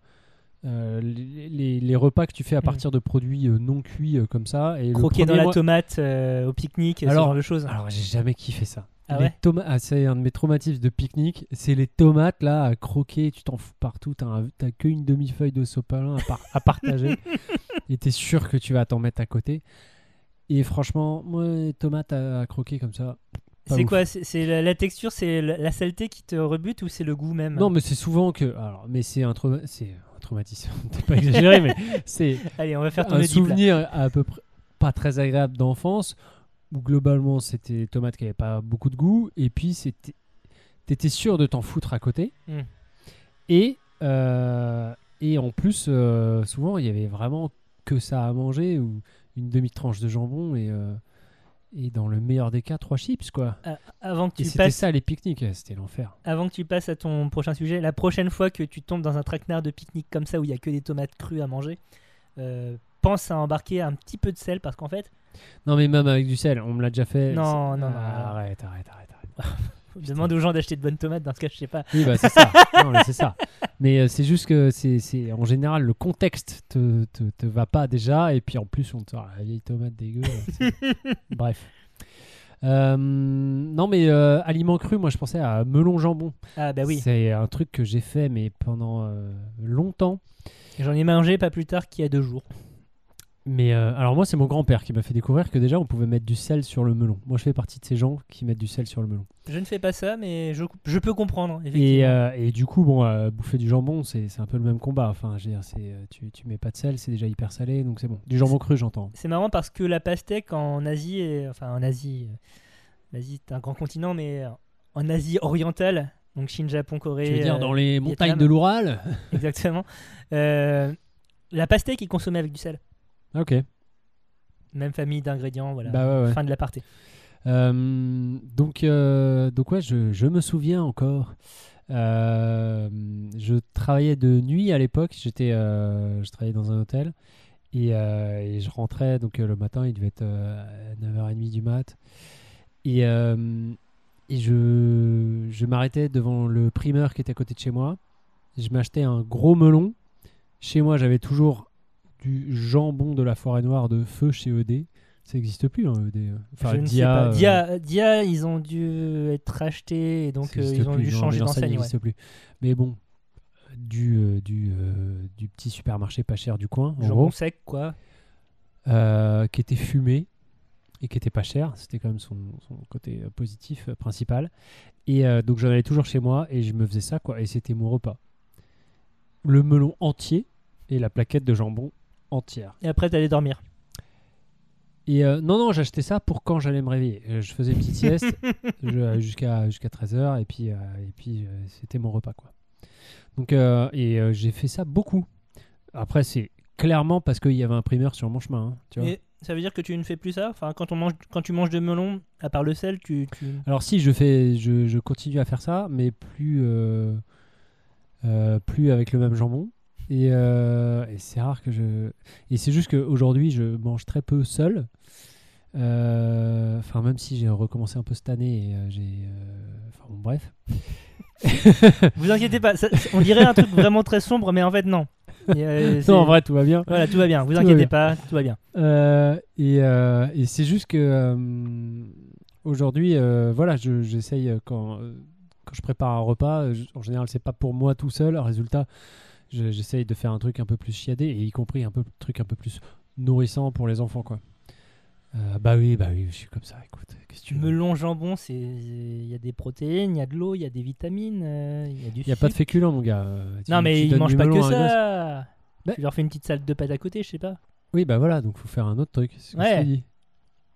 Speaker 1: euh, les, les- les repas que tu fais à
Speaker 2: Mm.
Speaker 1: partir de produits euh, non cuits euh, comme ça. Et le
Speaker 2: Croquer dans
Speaker 1: premier
Speaker 2: la
Speaker 1: mois-
Speaker 2: tomate euh, au pique-nique, ce
Speaker 1: Alors-
Speaker 2: genre de choses.
Speaker 1: Alors, j'ai jamais kiffé ça.
Speaker 2: Ah
Speaker 1: Les
Speaker 2: ouais
Speaker 1: toma- ah, c'est un de mes traumatismes de pique-nique, c'est les tomates là à croquer, tu t'en fous partout, t'as, un- t'as que une demi-feuille de sopalin à, par- à partager et t'es sûr que tu vas t'en mettre à côté. Et franchement, moi, les tomates à, à croquer comme ça. pas
Speaker 2: C'est
Speaker 1: ouf.
Speaker 2: quoi C'est c'est la, la texture, c'est la, la saleté qui te rebute ou c'est le goût même
Speaker 1: Non, mais c'est souvent que. Alors, mais c'est un, trauma- c'est un traumatisme, peut pas exagéré, mais c'est
Speaker 2: Allez, on va faire ton
Speaker 1: un
Speaker 2: Oedipe, là.
Speaker 1: souvenir à peu près pas très agréable d'enfance où globalement c'était des tomates qui n'avaient pas beaucoup de goût et puis c'était t'étais sûr de t'en foutre à côté
Speaker 2: Mm.
Speaker 1: et euh, et en plus euh, souvent il y avait vraiment que ça à manger ou une demi tranche de jambon et euh, et dans le meilleur des cas trois chips quoi
Speaker 2: Ah, Avant que
Speaker 1: et
Speaker 2: tu
Speaker 1: c'était
Speaker 2: passes
Speaker 1: ça les pique-niques c'était l'enfer
Speaker 2: Avant que tu passes à ton prochain sujet, la prochaine fois que tu tombes dans un traquenard de pique-nique comme ça où il y a que des tomates crues à manger, euh, pense à embarquer un petit peu de sel parce qu'en fait,
Speaker 1: non mais même avec du sel on me l'a déjà fait
Speaker 2: Non,
Speaker 1: C'est-
Speaker 2: non, non,
Speaker 1: Ah,
Speaker 2: non.
Speaker 1: arrête arrête arrête, arrête.
Speaker 2: faut demander aux gens d'acheter de bonnes tomates. Dans ce cas, je sais pas.
Speaker 1: Oui, bah, c'est ça. Non, mais c'est ça. Mais euh, c'est juste que c'est, c'est- en général le contexte te, te, te va pas déjà et puis en plus on te sort la vieille tomate dégueu. là, c'est- Bref. Euh, non mais euh, aliments crus, moi je pensais à melon jambon.
Speaker 2: Ah bah oui,
Speaker 1: C'est un truc que j'ai fait mais pendant euh, longtemps.
Speaker 2: j'en ai mangé pas plus tard qu'il y a deux jours.
Speaker 1: Mais euh, alors moi c'est mon grand-père qui m'a fait découvrir que déjà on pouvait mettre du sel sur le melon. Moi je fais partie de ces gens qui mettent du sel sur le melon.
Speaker 2: Je ne fais pas ça, mais je, je peux comprendre.
Speaker 1: Et,
Speaker 2: Effectivement.
Speaker 1: euh, et du coup, bon, euh, bouffer du jambon, c'est c'est un peu le même combat. Enfin, je veux dire, c'est, euh, tu, tu mets pas de sel, c'est déjà hyper salé, donc c'est bon. Du jambon cru, j'entends.
Speaker 2: C'est marrant parce que la pastèque en Asie, est- enfin en Asie, euh, l'Asie c'est un grand continent, mais euh, en Asie orientale, donc Chine, Japon, Corée.
Speaker 1: Tu veux
Speaker 2: euh,
Speaker 1: dire dans les montagnes
Speaker 2: Vietnam.
Speaker 1: de l'Oural
Speaker 2: Exactement. Euh, la pastèque est consommée avec du sel.
Speaker 1: Ok.
Speaker 2: Même famille d'ingrédients, voilà.
Speaker 1: Bah ouais, ouais.
Speaker 2: Fin de la partie.
Speaker 1: Euh, donc, euh, donc ouais, je, je me souviens encore. Euh, je travaillais de nuit à l'époque. J'étais, euh, je travaillais dans un hôtel et, euh, et je rentrais donc euh, le matin. Il devait être euh, 9h30 du mat. Et, euh, et je, je m'arrêtais devant le primeur qui était à côté de chez moi. Je m'achetais un gros melon. Chez moi, j'avais toujours du jambon de la forêt noire de feu chez ED. Ça n'existe plus, hein, ED. Enfin,
Speaker 2: Je ne sais
Speaker 1: Dia,
Speaker 2: pas.
Speaker 1: euh,
Speaker 2: Dia, Dia, ils ont dû être achetés et donc
Speaker 1: ça
Speaker 2: euh,
Speaker 1: existe
Speaker 2: ils ont
Speaker 1: plus,
Speaker 2: dû
Speaker 1: non,
Speaker 2: changer
Speaker 1: mais l'enseigne
Speaker 2: d'enseigne. ouais.
Speaker 1: n'existe plus. Mais bon, du, euh, du, euh, du petit supermarché pas cher du coin, en
Speaker 2: Jambon
Speaker 1: gros,
Speaker 2: sec, quoi.
Speaker 1: euh, qui était fumé et qui était pas cher. C'était quand même son, son côté euh, positif euh, principal. Et euh, donc j'en allais toujours chez moi et je me faisais ça, quoi. Et c'était mon repas. Le melon entier et la plaquette de jambon entière.
Speaker 2: Et après, t'allais dormir.
Speaker 1: Et euh, non, non, j'achetais ça pour quand j'allais me réveiller. Euh, Je faisais une petite sieste je- euh, jusqu'à 13h et puis, euh, et puis euh, c'était mon repas. Quoi. Donc, euh, et euh, j'ai fait ça beaucoup. Après, c'est clairement parce qu'il y avait un primeur sur mon chemin. hein, tu vois.
Speaker 2: Et ça veut dire que tu ne fais plus ça Enfin, quand, on mange, quand tu manges de melon, à part le sel, tu. tu-
Speaker 1: Alors, si, je, fais, je, je continue à faire ça, mais plus, euh, euh, plus avec le même jambon. Et, euh, et c'est rare que je. Et c'est juste qu'aujourd'hui, je mange très peu seul. Euh, Enfin, même si j'ai recommencé un peu cette année, et euh, j'ai. euh, Enfin, bon, bref.
Speaker 2: Vous inquiétez pas, ça- on dirait un truc vraiment très sombre, mais en fait, non. Et, euh, c'est-
Speaker 1: Non, en vrai, tout va bien.
Speaker 2: Voilà, tout va bien, vous
Speaker 1: Tout va
Speaker 2: inquiétez
Speaker 1: bien.
Speaker 2: pas, tout va bien.
Speaker 1: Euh, et euh, et c'est juste que euh, aujourd'hui, euh, voilà, je- j'essaye euh, quand, euh, quand je prépare un repas, euh, je- en général, c'est pas pour moi tout seul. Résultat, je- j'essaye de faire un truc un peu plus chiadé, et y compris un peu, truc un peu plus nourrissant pour les enfants, quoi. Euh, bah oui, bah oui, je suis comme ça. Écoute, qu'est-ce que tu veux
Speaker 2: Melon, jambon, c'est il y a des protéines, il y a de l'eau, il y a des vitamines, euh, il y a du
Speaker 1: Il y a pas de
Speaker 2: sucre.
Speaker 1: féculent, mon gars. Euh, tu-
Speaker 2: Non,
Speaker 1: tu
Speaker 2: mais ils
Speaker 1: donnes
Speaker 2: mangent
Speaker 1: du
Speaker 2: pas que
Speaker 1: melon à un gosse.
Speaker 2: ça.
Speaker 1: Ben-
Speaker 2: Tu leur fais une petite salade de pâte à côté, je sais pas.
Speaker 1: Oui, bah voilà, donc faut faire un autre truc. c'est ce que je
Speaker 2: Ouais.
Speaker 1: te dis.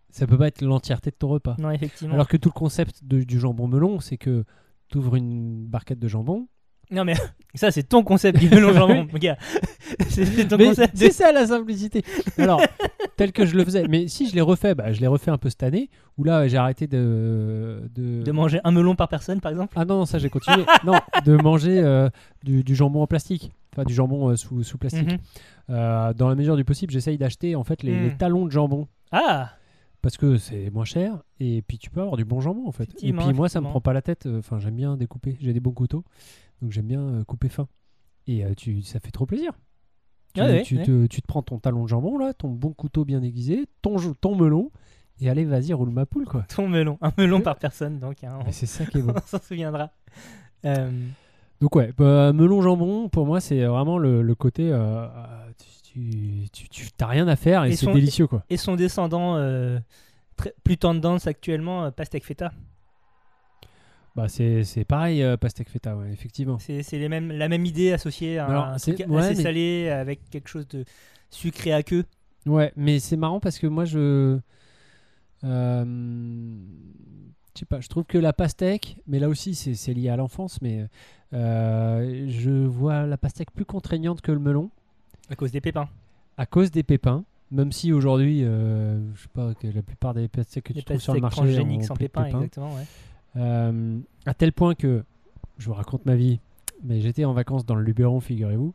Speaker 1: Ça peut pas être l'entièreté de ton repas.
Speaker 2: Non, effectivement.
Speaker 1: Alors que tout le concept de- du jambon melon, c'est que tu ouvres une barquette de jambon.
Speaker 2: Non, mais ça, c'est ton concept du melon jambon, mon gars. C'est- C'est ton
Speaker 1: Mais
Speaker 2: concept. de-
Speaker 1: c'est ça la simplicité. Alors, tel que je le faisais. Mais si je l'ai refait, bah, je l'ai refait un peu cette année, où là j'ai arrêté de, de...
Speaker 2: De manger un melon par personne, par exemple.
Speaker 1: Ah non, non, ça j'ai continué. non, de manger euh, du, du jambon en plastique. Enfin, du jambon euh, sous, sous plastique.
Speaker 2: Mhm.
Speaker 1: Euh, dans la mesure du possible, j'essaye d'acheter en fait les,
Speaker 2: Mm.
Speaker 1: les talons de jambon.
Speaker 2: Ah
Speaker 1: parce que c'est moins cher et puis tu peux avoir du bon jambon en fait. Et
Speaker 2: Effectivement,
Speaker 1: puis moi, ça me
Speaker 2: effectivement.
Speaker 1: prend pas la tête. euh, Enfin, j'aime bien découper. J'ai des bons couteaux, donc j'aime bien euh, couper fin. Et euh, tu, ça fait trop plaisir. Tu,
Speaker 2: Ouais, ouais,
Speaker 1: tu
Speaker 2: ouais.
Speaker 1: Te, tu te prends ton talon de jambon là, ton bon couteau bien aiguisé, ton, jo- ton melon, et allez vas-y roule ma poule quoi.
Speaker 2: Ton melon, un melon par personne, donc hein,
Speaker 1: Mais
Speaker 2: on,
Speaker 1: c'est ça qui est bon.
Speaker 2: on s'en souviendra. Euh,
Speaker 1: Donc ouais, bah, melon jambon, pour moi c'est vraiment le, le côté euh, tu, tu, tu, tu- t'as rien à faire et,
Speaker 2: Et
Speaker 1: c'est
Speaker 2: son-
Speaker 1: délicieux quoi.
Speaker 2: et son descendant, euh, très- plus tendance actuellement, euh, pastèque feta.
Speaker 1: Bah c'est, c'est pareil euh, pastèque feta ouais, effectivement.
Speaker 2: C'est c'est les mêmes, la même idée associée à
Speaker 1: Alors,
Speaker 2: un
Speaker 1: c'est-
Speaker 2: truc assez
Speaker 1: ouais, mais-
Speaker 2: salé avec quelque chose de sucré à queue.
Speaker 1: Ouais, mais c'est marrant parce que moi je euh, je sais pas, je trouve que la pastèque, mais là aussi c'est, c'est lié à l'enfance, mais euh, je vois la pastèque plus contraignante que le melon.
Speaker 2: À cause des pépins.
Speaker 1: à cause des pépins, même si aujourd'hui, euh, je sais pas, que la plupart des pastèques que
Speaker 2: Les
Speaker 1: tu trouves sur le
Speaker 2: pastèques
Speaker 1: marché
Speaker 2: transgéniques
Speaker 1: ont
Speaker 2: sans
Speaker 1: plus de
Speaker 2: pépins, exactement. ouais.
Speaker 1: Euh, à tel point que, je vous raconte ma vie, mais j'étais en vacances dans le Luberon, figurez-vous,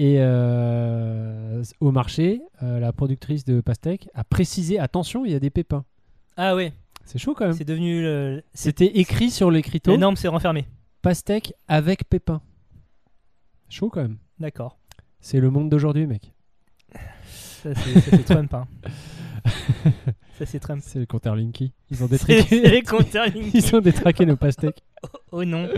Speaker 1: et euh, au marché, euh, la productrice de pastèques a précisé, attention, il y a des pépins. Euh.
Speaker 2: Ah ouais,
Speaker 1: C'est chaud quand même.
Speaker 2: c'est devenu. le-
Speaker 1: C'était écrit sur l'écriteau,
Speaker 2: La norme s'est renfermée.
Speaker 1: pastèque avec pépins. Chaud quand même.
Speaker 2: D'accord.
Speaker 1: C'est le monde d'aujourd'hui, mec.
Speaker 2: Ça, c'est ça, c'est Trump. hein. Ça, c'est Trump.
Speaker 1: C'est le compteur Linky. Ils ont
Speaker 2: C'est c'est
Speaker 1: détraqué,
Speaker 2: les compteurs Linky.
Speaker 1: ils ont détraqué nos pastèques.
Speaker 2: Oh non.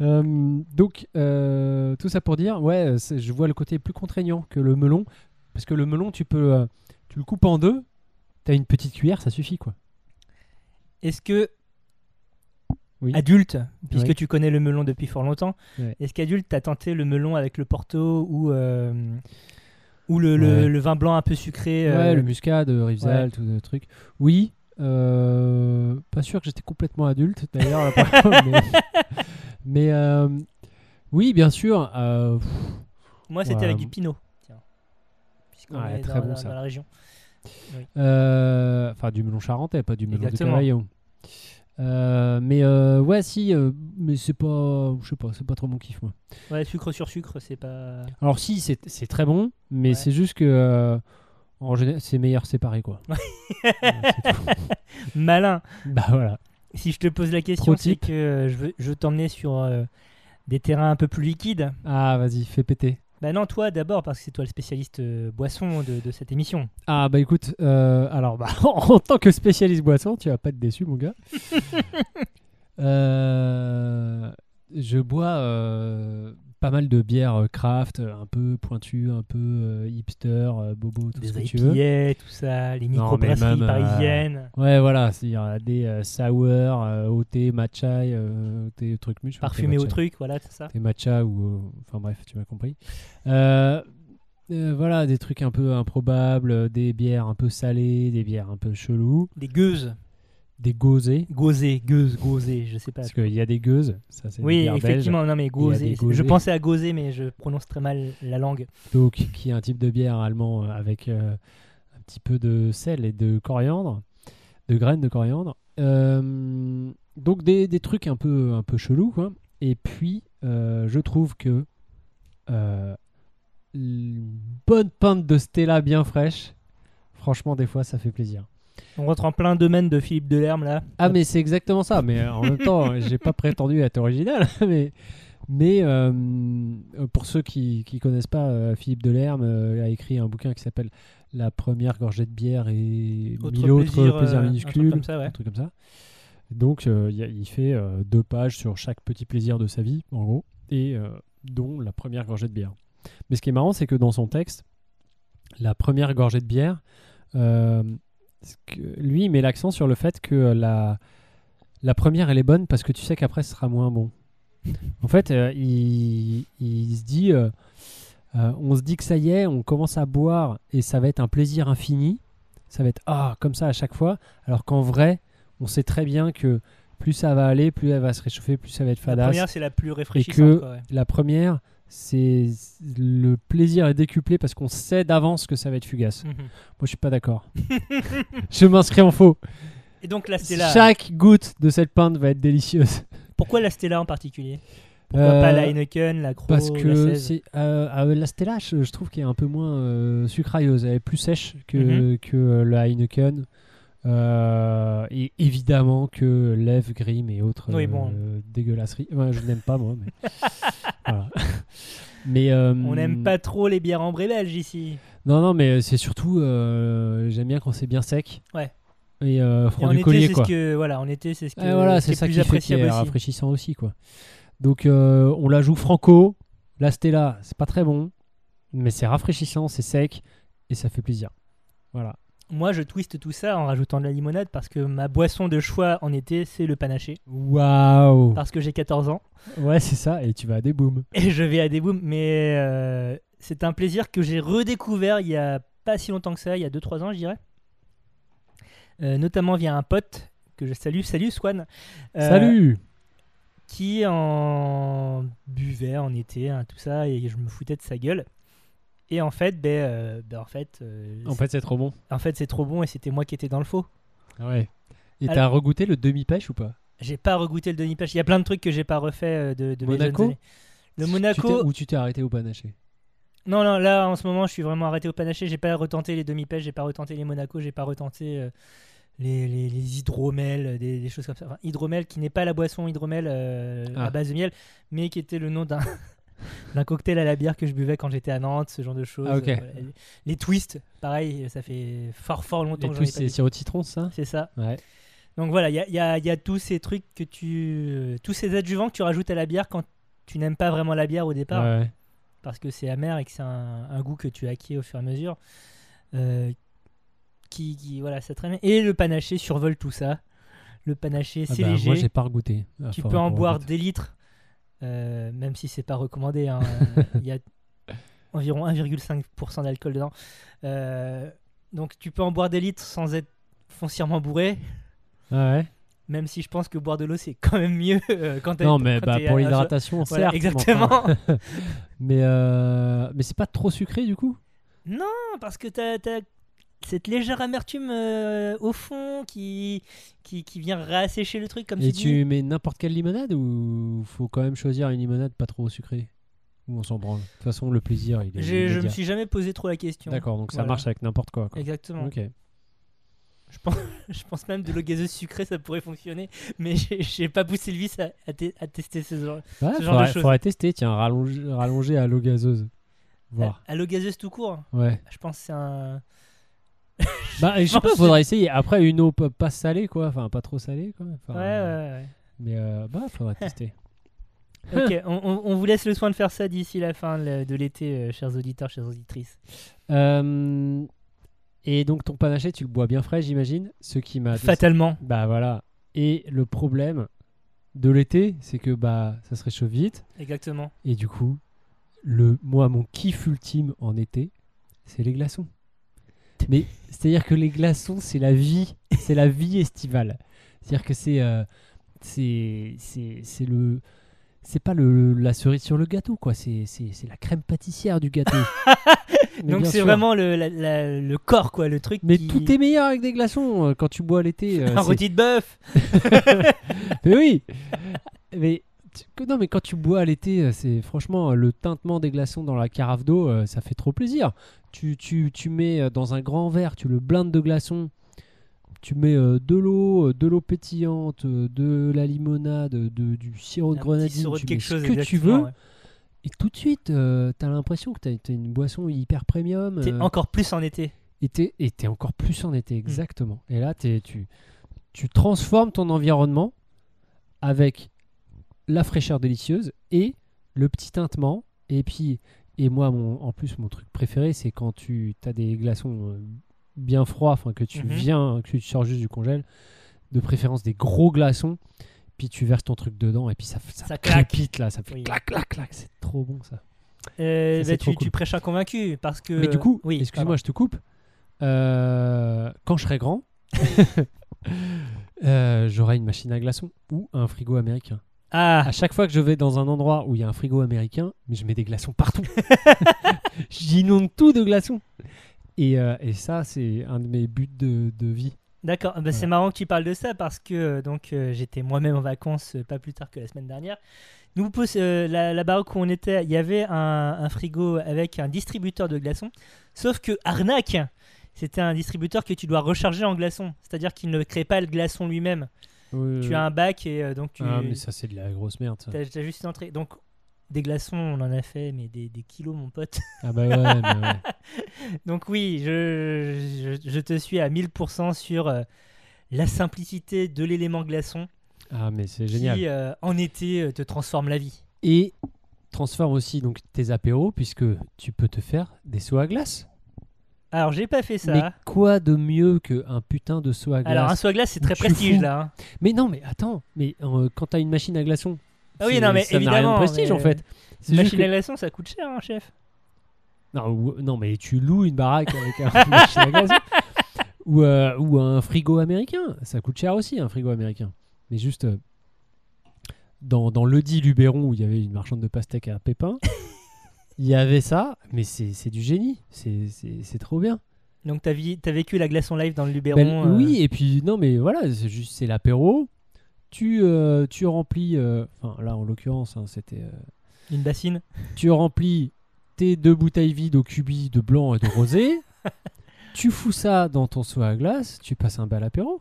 Speaker 1: Euh, donc, euh, tout ça pour dire, ouais, c'est- je vois le côté plus contraignant que le melon. Parce que le melon, tu peux. euh, tu le coupes en deux, t'as une petite cuillère, ça suffit, quoi.
Speaker 2: Est-ce que.
Speaker 1: Oui.
Speaker 2: Adulte, puisque
Speaker 1: Ouais.
Speaker 2: tu connais le melon depuis fort longtemps,
Speaker 1: Ouais.
Speaker 2: est-ce qu'adulte, t'as tenté le melon avec le porto ou, euh, ou le, le-
Speaker 1: Ouais.
Speaker 2: le vin blanc un peu sucré euh,
Speaker 1: Ouais, le muscade, euh, Rivesal,
Speaker 2: ouais.
Speaker 1: tout le truc. Oui, euh, pas sûr que j'étais complètement adulte, d'ailleurs, la première fois, mais. mais, euh, oui, bien sûr. euh, pff,
Speaker 2: Moi, c'était
Speaker 1: Ouais.
Speaker 2: avec du pinot. Tiens. Puisqu'on
Speaker 1: Ouais,
Speaker 2: est
Speaker 1: très
Speaker 2: dans,
Speaker 1: bon,
Speaker 2: dans-
Speaker 1: ça.
Speaker 2: dans la région.
Speaker 1: euh, enfin, du melon charentais, pas du melon
Speaker 2: Exactement.
Speaker 1: de Cavaillon. Euh, mais euh, ouais, si, euh, mais c'est pas. Je sais pas, c'est pas trop mon kiff, moi.
Speaker 2: Ouais, sucre sur sucre, c'est pas.
Speaker 1: Alors si, c'est c'est très bon, mais
Speaker 2: Ouais.
Speaker 1: c'est juste que euh, en général, c'est meilleur séparé quoi. Voilà, c'est tout.
Speaker 2: Malin.
Speaker 1: bah voilà.
Speaker 2: Si je te pose la question,
Speaker 1: Trop
Speaker 2: c'est
Speaker 1: type.
Speaker 2: que euh, je veux, je veux t'emmener sur euh, des terrains un peu plus liquides.
Speaker 1: Ah vas-y, fais péter.
Speaker 2: Bah non, toi d'abord, parce que c'est toi le spécialiste euh, boisson de, de cette émission.
Speaker 1: Ah bah écoute, euh, alors bah, en tant que spécialiste boisson, tu vas pas être déçu mon gars. Euh, je bois euh, pas mal de bières euh, craft, euh, un peu pointues, un peu euh, hipster, euh, bobo, tout ce que
Speaker 2: Des
Speaker 1: tu veux.
Speaker 2: IPA, tout ça, les
Speaker 1: Non, mais
Speaker 2: microbrasseries
Speaker 1: même, euh,
Speaker 2: parisiennes.
Speaker 1: Ouais voilà, il y en a des euh, sour, euh, au thé, matcha, euh, au thé truc muche.
Speaker 2: Parfumées au
Speaker 1: matcha.
Speaker 2: truc, voilà, c'est ça.
Speaker 1: des matcha ou euh, enfin bref tu m'as compris Euh, euh, voilà des trucs un peu improbables euh, des bières un peu salées des bières un peu cheloues
Speaker 2: Des gueuses.
Speaker 1: des gauzées
Speaker 2: Gauzées, gueuses, gauzées, je sais pas.
Speaker 1: parce qu'il y a des gueuses ça c'est des
Speaker 2: Oui,
Speaker 1: bières
Speaker 2: effectivement, non mais
Speaker 1: Il y a
Speaker 2: gauzées.
Speaker 1: des gauzées.
Speaker 2: Je pensais à gauzées, mais je prononce très mal la langue.
Speaker 1: belges, donc qui est un type de bière allemand euh, avec euh, un petit peu de sel et de coriandre de graines de coriandre Euh, donc des, des trucs un peu un peu chelous quoi et puis euh, je trouve que euh, une bonne pinte de Stella bien fraîche franchement des fois ça fait plaisir
Speaker 2: On rentre en plein domaine de Philippe Delerme là.
Speaker 1: ah mais c'est exactement ça, mais euh, en même temps, j'ai pas prétendu être original, mais, mais euh, pour ceux qui, qui connaissent pas, euh, Philippe Delerme euh, a écrit un bouquin qui s'appelle La première gorgée de bière et
Speaker 2: Autre
Speaker 1: mille autres
Speaker 2: plaisir, euh,
Speaker 1: plaisirs
Speaker 2: un truc
Speaker 1: minuscules,
Speaker 2: comme ça, ouais.
Speaker 1: un truc comme ça. Donc euh, il y a- il fait euh, deux pages sur chaque petit plaisir de sa vie, en gros, et euh, dont la première gorgée de bière. Mais ce qui est marrant, c'est que dans son texte, la première gorgée de bière, euh, ce que- lui, il met l'accent sur le fait que la, la première, elle est bonne parce que tu sais qu'après, ce sera moins bon. En fait, euh, il, il se dit, euh, euh, on se dit que ça y est, on commence à boire et ça va être un plaisir infini. Ça va être ah comme ça à chaque fois, alors qu'en vrai, on sait très bien que plus ça va aller, plus elle va se réchauffer, plus ça va être
Speaker 2: La
Speaker 1: fadasse.
Speaker 2: première, c'est la plus réfléchissante.
Speaker 1: que-
Speaker 2: quoi, ouais.
Speaker 1: La première, c'est le plaisir est décuplé parce qu'on sait d'avance que ça va être fugace.
Speaker 2: Mhm.
Speaker 1: Moi, je suis pas d'accord. je m'inscris en faux.
Speaker 2: Et donc la Stella.
Speaker 1: Chaque goutte de cette pinte va être délicieuse.
Speaker 2: Pourquoi la Stella en particulier Pourquoi pas la
Speaker 1: Euh,
Speaker 2: Heineken, la Croix,
Speaker 1: Parce
Speaker 2: la
Speaker 1: que
Speaker 2: 16
Speaker 1: c'est euh, euh, la Stella, je, je trouve qu'elle est un peu moins euh, sucrailleuse, elle est plus sèche que,
Speaker 2: Mhm.
Speaker 1: que euh, la Heineken. Euh, et évidemment que Lev, Grimm et autres
Speaker 2: Oui, bon.
Speaker 1: euh, dégueulasseries. Ouais, je n'aime pas moi, mais voilà. Mais, euh,
Speaker 2: On n'aime pas trop les bières ambrées belges ici.
Speaker 1: Non, non, mais c'est surtout euh, j'aime bien quand c'est bien sec.
Speaker 2: Ouais.
Speaker 1: Et euh,
Speaker 2: Et
Speaker 1: franc
Speaker 2: en
Speaker 1: du
Speaker 2: été,
Speaker 1: collier
Speaker 2: c'est
Speaker 1: quoi.
Speaker 2: ce que voilà, en été, c'est ce que
Speaker 1: Ah, voilà,
Speaker 2: ce qui
Speaker 1: c'est
Speaker 2: est
Speaker 1: ça
Speaker 2: plus
Speaker 1: qui fait qui
Speaker 2: appréciable
Speaker 1: est
Speaker 2: aussi.
Speaker 1: rafraîchissant aussi quoi. Donc euh, on la joue franco, la Stella, c'est pas très bon, mais c'est rafraîchissant, c'est sec et ça fait plaisir. Voilà.
Speaker 2: Moi, je twiste tout ça en rajoutant de la limonade parce que ma boisson de choix en été, c'est le panaché
Speaker 1: Waouh.
Speaker 2: parce que j'ai 14 ans
Speaker 1: Ouais, c'est ça et tu vas à des booms.
Speaker 2: et je vais à des booms mais euh, c'est un plaisir que j'ai redécouvert il y a pas si longtemps que ça, il y a 2-3 ans, je dirais. Euh, notamment via un pote que je salue, salut Swan. Euh,
Speaker 1: Salut.
Speaker 2: qui en buvait en été, hein, tout ça, et je me foutais de sa gueule. Et en fait, ben, euh, ben, en fait, euh,
Speaker 1: En fait, c'est trop bon. Ah
Speaker 2: c'est- en fait, c'est trop bon et c'était moi qui étais dans le faux.
Speaker 1: Ouais. Et
Speaker 2: Alors-
Speaker 1: t'as regoûté le demi-pêche ou pas
Speaker 2: J'ai pas regoûté le Denis Pêche. Il y a plein de trucs que j'ai pas refait euh, de, de mes
Speaker 1: Monaco
Speaker 2: jeunes années. Le
Speaker 1: Tu t'es-
Speaker 2: Monaco.
Speaker 1: Ou tu t'es arrêté au panaché
Speaker 2: Non, non, là en ce moment, je suis vraiment arrêté au panaché. J'ai pas retenté les demi pêches j'ai pas retenté les Monaco, j'ai pas retenté euh, les, les, les hydromels, euh, des, des choses comme ça. Enfin, hydromel qui n'est pas la boisson hydromel euh,
Speaker 1: Ah.
Speaker 2: à base de miel, mais qui était le nom d'un. d'un cocktail à la bière que je buvais quand j'étais à Nantes, ce genre de choses.
Speaker 1: Ah, ok.
Speaker 2: Euh, voilà. Les twists, pareil, ça fait fort fort longtemps
Speaker 1: Et
Speaker 2: que j'en
Speaker 1: tout
Speaker 2: ai pas
Speaker 1: c'est
Speaker 2: bu.
Speaker 1: sirop de citron ça
Speaker 2: C'est ça.
Speaker 1: Ouais.
Speaker 2: Donc voilà, il y a, il y a- il y a tous ces trucs que tu. euh, tous ces adjuvants que tu rajoutes à la bière quand tu n'aimes pas vraiment la bière au départ,
Speaker 1: Ouais.
Speaker 2: parce que c'est amer et que c'est un, un goût que tu acquiers au fur et à mesure. euh, qui, qui- Voilà, ça traîne. Et le panaché survole tout ça. Le panaché,
Speaker 1: Ah
Speaker 2: c'est
Speaker 1: bah, Moi, j'ai
Speaker 2: léger.
Speaker 1: pas regoûté. Ah,
Speaker 2: Tu
Speaker 1: faut-
Speaker 2: peux en
Speaker 1: faut
Speaker 2: boire
Speaker 1: regoûter.
Speaker 2: des litres, euh, même si c'est pas recommandé. hein. Il y a environ 1,5% d'alcool dedans. Euh, donc tu peux en boire des litres sans être foncièrement bourré.
Speaker 1: Ah ouais.
Speaker 2: Même si je pense que boire de l'eau c'est quand même mieux euh, quand t'as-
Speaker 1: Non, mais
Speaker 2: quand
Speaker 1: bah,
Speaker 2: t'es
Speaker 1: pour
Speaker 2: à-
Speaker 1: l'hydratation,
Speaker 2: Voilà,
Speaker 1: certes. mais
Speaker 2: exactement.
Speaker 1: enfin, Mais, euh, mais c'est pas trop sucré du coup
Speaker 2: Non, parce que t'as t'as cette légère amertume euh, au fond qui, qui qui vient réassécher le truc comme
Speaker 1: Et
Speaker 2: tu,
Speaker 1: tu
Speaker 2: dis.
Speaker 1: mets n'importe quelle limonade ou faut quand même choisir une limonade pas trop sucrée Ou on s'en branle De toute façon, le plaisir, il est.
Speaker 2: J'ai- Je me
Speaker 1: immédiat.
Speaker 2: suis jamais posé trop la question.
Speaker 1: D'accord, donc ça
Speaker 2: Voilà.
Speaker 1: marche avec n'importe quoi. quoi.
Speaker 2: Exactement.
Speaker 1: Ok.
Speaker 2: Je pense, je pense même de l'eau gazeuse sucrée, ça pourrait fonctionner, mais j'ai- j'ai pas poussé le vice à, à te- à tester ce genre.
Speaker 1: Ouais,
Speaker 2: Ce genre
Speaker 1: faudrait,
Speaker 2: de choses.
Speaker 1: faudrait tester, tiens, rallonger, rallonger à l'eau gazeuse. Voir.
Speaker 2: À, à l'eau gazeuse tout court,
Speaker 1: Ouais.
Speaker 2: je pense que c'est un.
Speaker 1: Bah, je sais
Speaker 2: pense
Speaker 1: pas,
Speaker 2: que-
Speaker 1: faudrait essayer. Après, une eau pas- pas salée, quoi. Enfin, pas trop salée, quoi. Enfin,
Speaker 2: Ouais, ouais,
Speaker 1: Mais euh, bah, faudrait tester.
Speaker 2: ouais. ok, on, on- on vous laisse le soin de faire ça d'ici la fin de de l'été, euh, chers auditeurs, chères auditrices.
Speaker 1: Euh, et donc, ton panaché, tu le bois bien frais, j'imagine. Ce qui m'a.
Speaker 2: Fatalement.
Speaker 1: Bah voilà. Et le problème de l'été, c'est que bah ça se réchauffe vite.
Speaker 2: Exactement.
Speaker 1: Et du coup, le moi mon kiff ultime en été, c'est les glaçons. Mais c'est-à-dire que les glaçons, c'est la vie, c'est la vie estivale. C'est-à-dire que c'est euh, c'est c'est c'est le c'est pas le, la cerise sur le gâteau quoi, c'est c'est- c'est la crème pâtissière du gâteau. Mais
Speaker 2: Donc
Speaker 1: bien
Speaker 2: c'est
Speaker 1: sûr.
Speaker 2: vraiment le, la- la- le corps, quoi, le truc.
Speaker 1: Mais
Speaker 2: qui-
Speaker 1: tout est meilleur avec des glaçons euh, quand tu bois l'été. euh,
Speaker 2: Un
Speaker 1: c'est-
Speaker 2: rôti de bœuf
Speaker 1: Mais oui Mais tu- que- non, mais quand tu bois à l'été, euh, c'est franchement euh, le tintement des glaçons dans la carafe d'eau, euh, ça fait trop plaisir. Tu, tu, tu mets euh, dans un grand verre, tu le blindes de glaçons, tu mets euh, de l'eau, euh, de l'eau pétillante, euh, de la limonade, euh, de- du sirop de
Speaker 2: Un petit
Speaker 1: grenadine,
Speaker 2: sirop de
Speaker 1: tu mets
Speaker 2: quelque chose,
Speaker 1: ce que tu
Speaker 2: exactement,
Speaker 1: veux,
Speaker 2: ouais.
Speaker 1: et tout de suite, euh, t'as l'impression que t'as t'as une boisson hyper premium.
Speaker 2: T'es
Speaker 1: euh,
Speaker 2: encore plus en été.
Speaker 1: et t'es et t'es encore plus en
Speaker 2: Mm.
Speaker 1: été, exactement. Et là, t'es- tu, tu transformes ton environnement avec la fraîcheur délicieuse et le petit tintement. Et puis, et moi, mon, en plus, mon truc préféré, c'est quand tu as des glaçons euh, bien froids, enfin que tu
Speaker 2: Mhm.
Speaker 1: viens, que tu sors juste du congèle, de préférence des gros glaçons. Puis tu verses ton truc dedans et puis ça, ça,
Speaker 2: Ça claque.
Speaker 1: crépite là, ça fait
Speaker 2: Oui.
Speaker 1: clac clac clac, c'est trop bon ça. Ça,
Speaker 2: Euh, bah,
Speaker 1: c'est
Speaker 2: tu,
Speaker 1: trop
Speaker 2: tu
Speaker 1: cool.
Speaker 2: prêches un convaincu parce que.
Speaker 1: Mais du coup,
Speaker 2: oui,
Speaker 1: excuse-moi, je te coupe. Euh, quand je serai grand, euh, j'aurai une machine à glaçons ou un frigo américain.
Speaker 2: pardon. Ah,
Speaker 1: À chaque fois que je vais dans un endroit où il y a un frigo américain, mais je mets des glaçons partout. J'inonde tout de glaçons. Et, euh, et ça, c'est un de mes buts de, de vie.
Speaker 2: D'accord, bah, c'est marrant que tu parles de ça parce que euh, donc euh, j'étais moi-même en vacances euh, pas plus tard que la semaine dernière. Nous, pos- euh, la, la baraque où on était, il y avait un, un frigo avec un distributeur de glaçons. Sauf que arnaque, c'était un distributeur que tu dois recharger en glaçons. C'est-à-dire qu'il ne crée pas le glaçon lui-même.
Speaker 1: Ouais,
Speaker 2: Tu
Speaker 1: ouais.
Speaker 2: as un bac et euh, donc tu
Speaker 1: Ah, mais ça, c'est de la grosse merde. ça.
Speaker 2: as, juste une entrée. Donc des glaçons, on en a fait, mais des, des kilos, mon pote.
Speaker 1: Ah, bah ouais, mais ouais.
Speaker 2: Donc oui, je, je, je te suis à 1000% sur euh, la simplicité de l'élément glaçon
Speaker 1: Ah, mais c'est génial.
Speaker 2: qui, euh, en été, euh, te transforme la vie.
Speaker 1: Et transforme aussi donc tes apéros, puisque tu peux te faire des seaux à glace.
Speaker 2: Alors, j'ai pas fait ça.
Speaker 1: Mais quoi de mieux qu'un putain de seau à glace
Speaker 2: Alors, un soie glace, c'est
Speaker 1: Ou
Speaker 2: très
Speaker 1: tu
Speaker 2: prestige,
Speaker 1: fous.
Speaker 2: là. hein.
Speaker 1: Mais non, mais attends, mais euh, quand t'as une machine à glaçons,
Speaker 2: Ah oui,
Speaker 1: c'est-
Speaker 2: non, mais
Speaker 1: ça n'a rien
Speaker 2: évidemment,
Speaker 1: de prestige
Speaker 2: mais-
Speaker 1: en fait. C'est juste
Speaker 2: Machine
Speaker 1: que-
Speaker 2: à glaçons, ça coûte cher, hein, chef.
Speaker 1: non, ou- non, mais tu loues une baraque avec un une machine à glaçons. Ou, euh, ou un frigo américain. Ça coûte cher aussi, un frigo américain. Mais juste, euh, dans, dans l'Eudi Luberon, où il y avait une marchande de pastèques à Pépin, il y avait ça, mais c'est c'est du génie. C'est- C'est c'est trop bien.
Speaker 2: Donc, t'as vi- t'as vécu la glaçon live dans le
Speaker 1: Ben,
Speaker 2: Luberon. euh,
Speaker 1: Oui, et puis non, mais voilà, c'est juste c'est l'apéro. Tu, euh, tu remplis, euh, enfin là en l'occurrence, hein, c'était. euh,
Speaker 2: Une bassine.
Speaker 1: tu remplis tes deux bouteilles vides au cubi de blanc et de rosé. tu fous ça dans ton seau à glace, tu passes un bel apéro.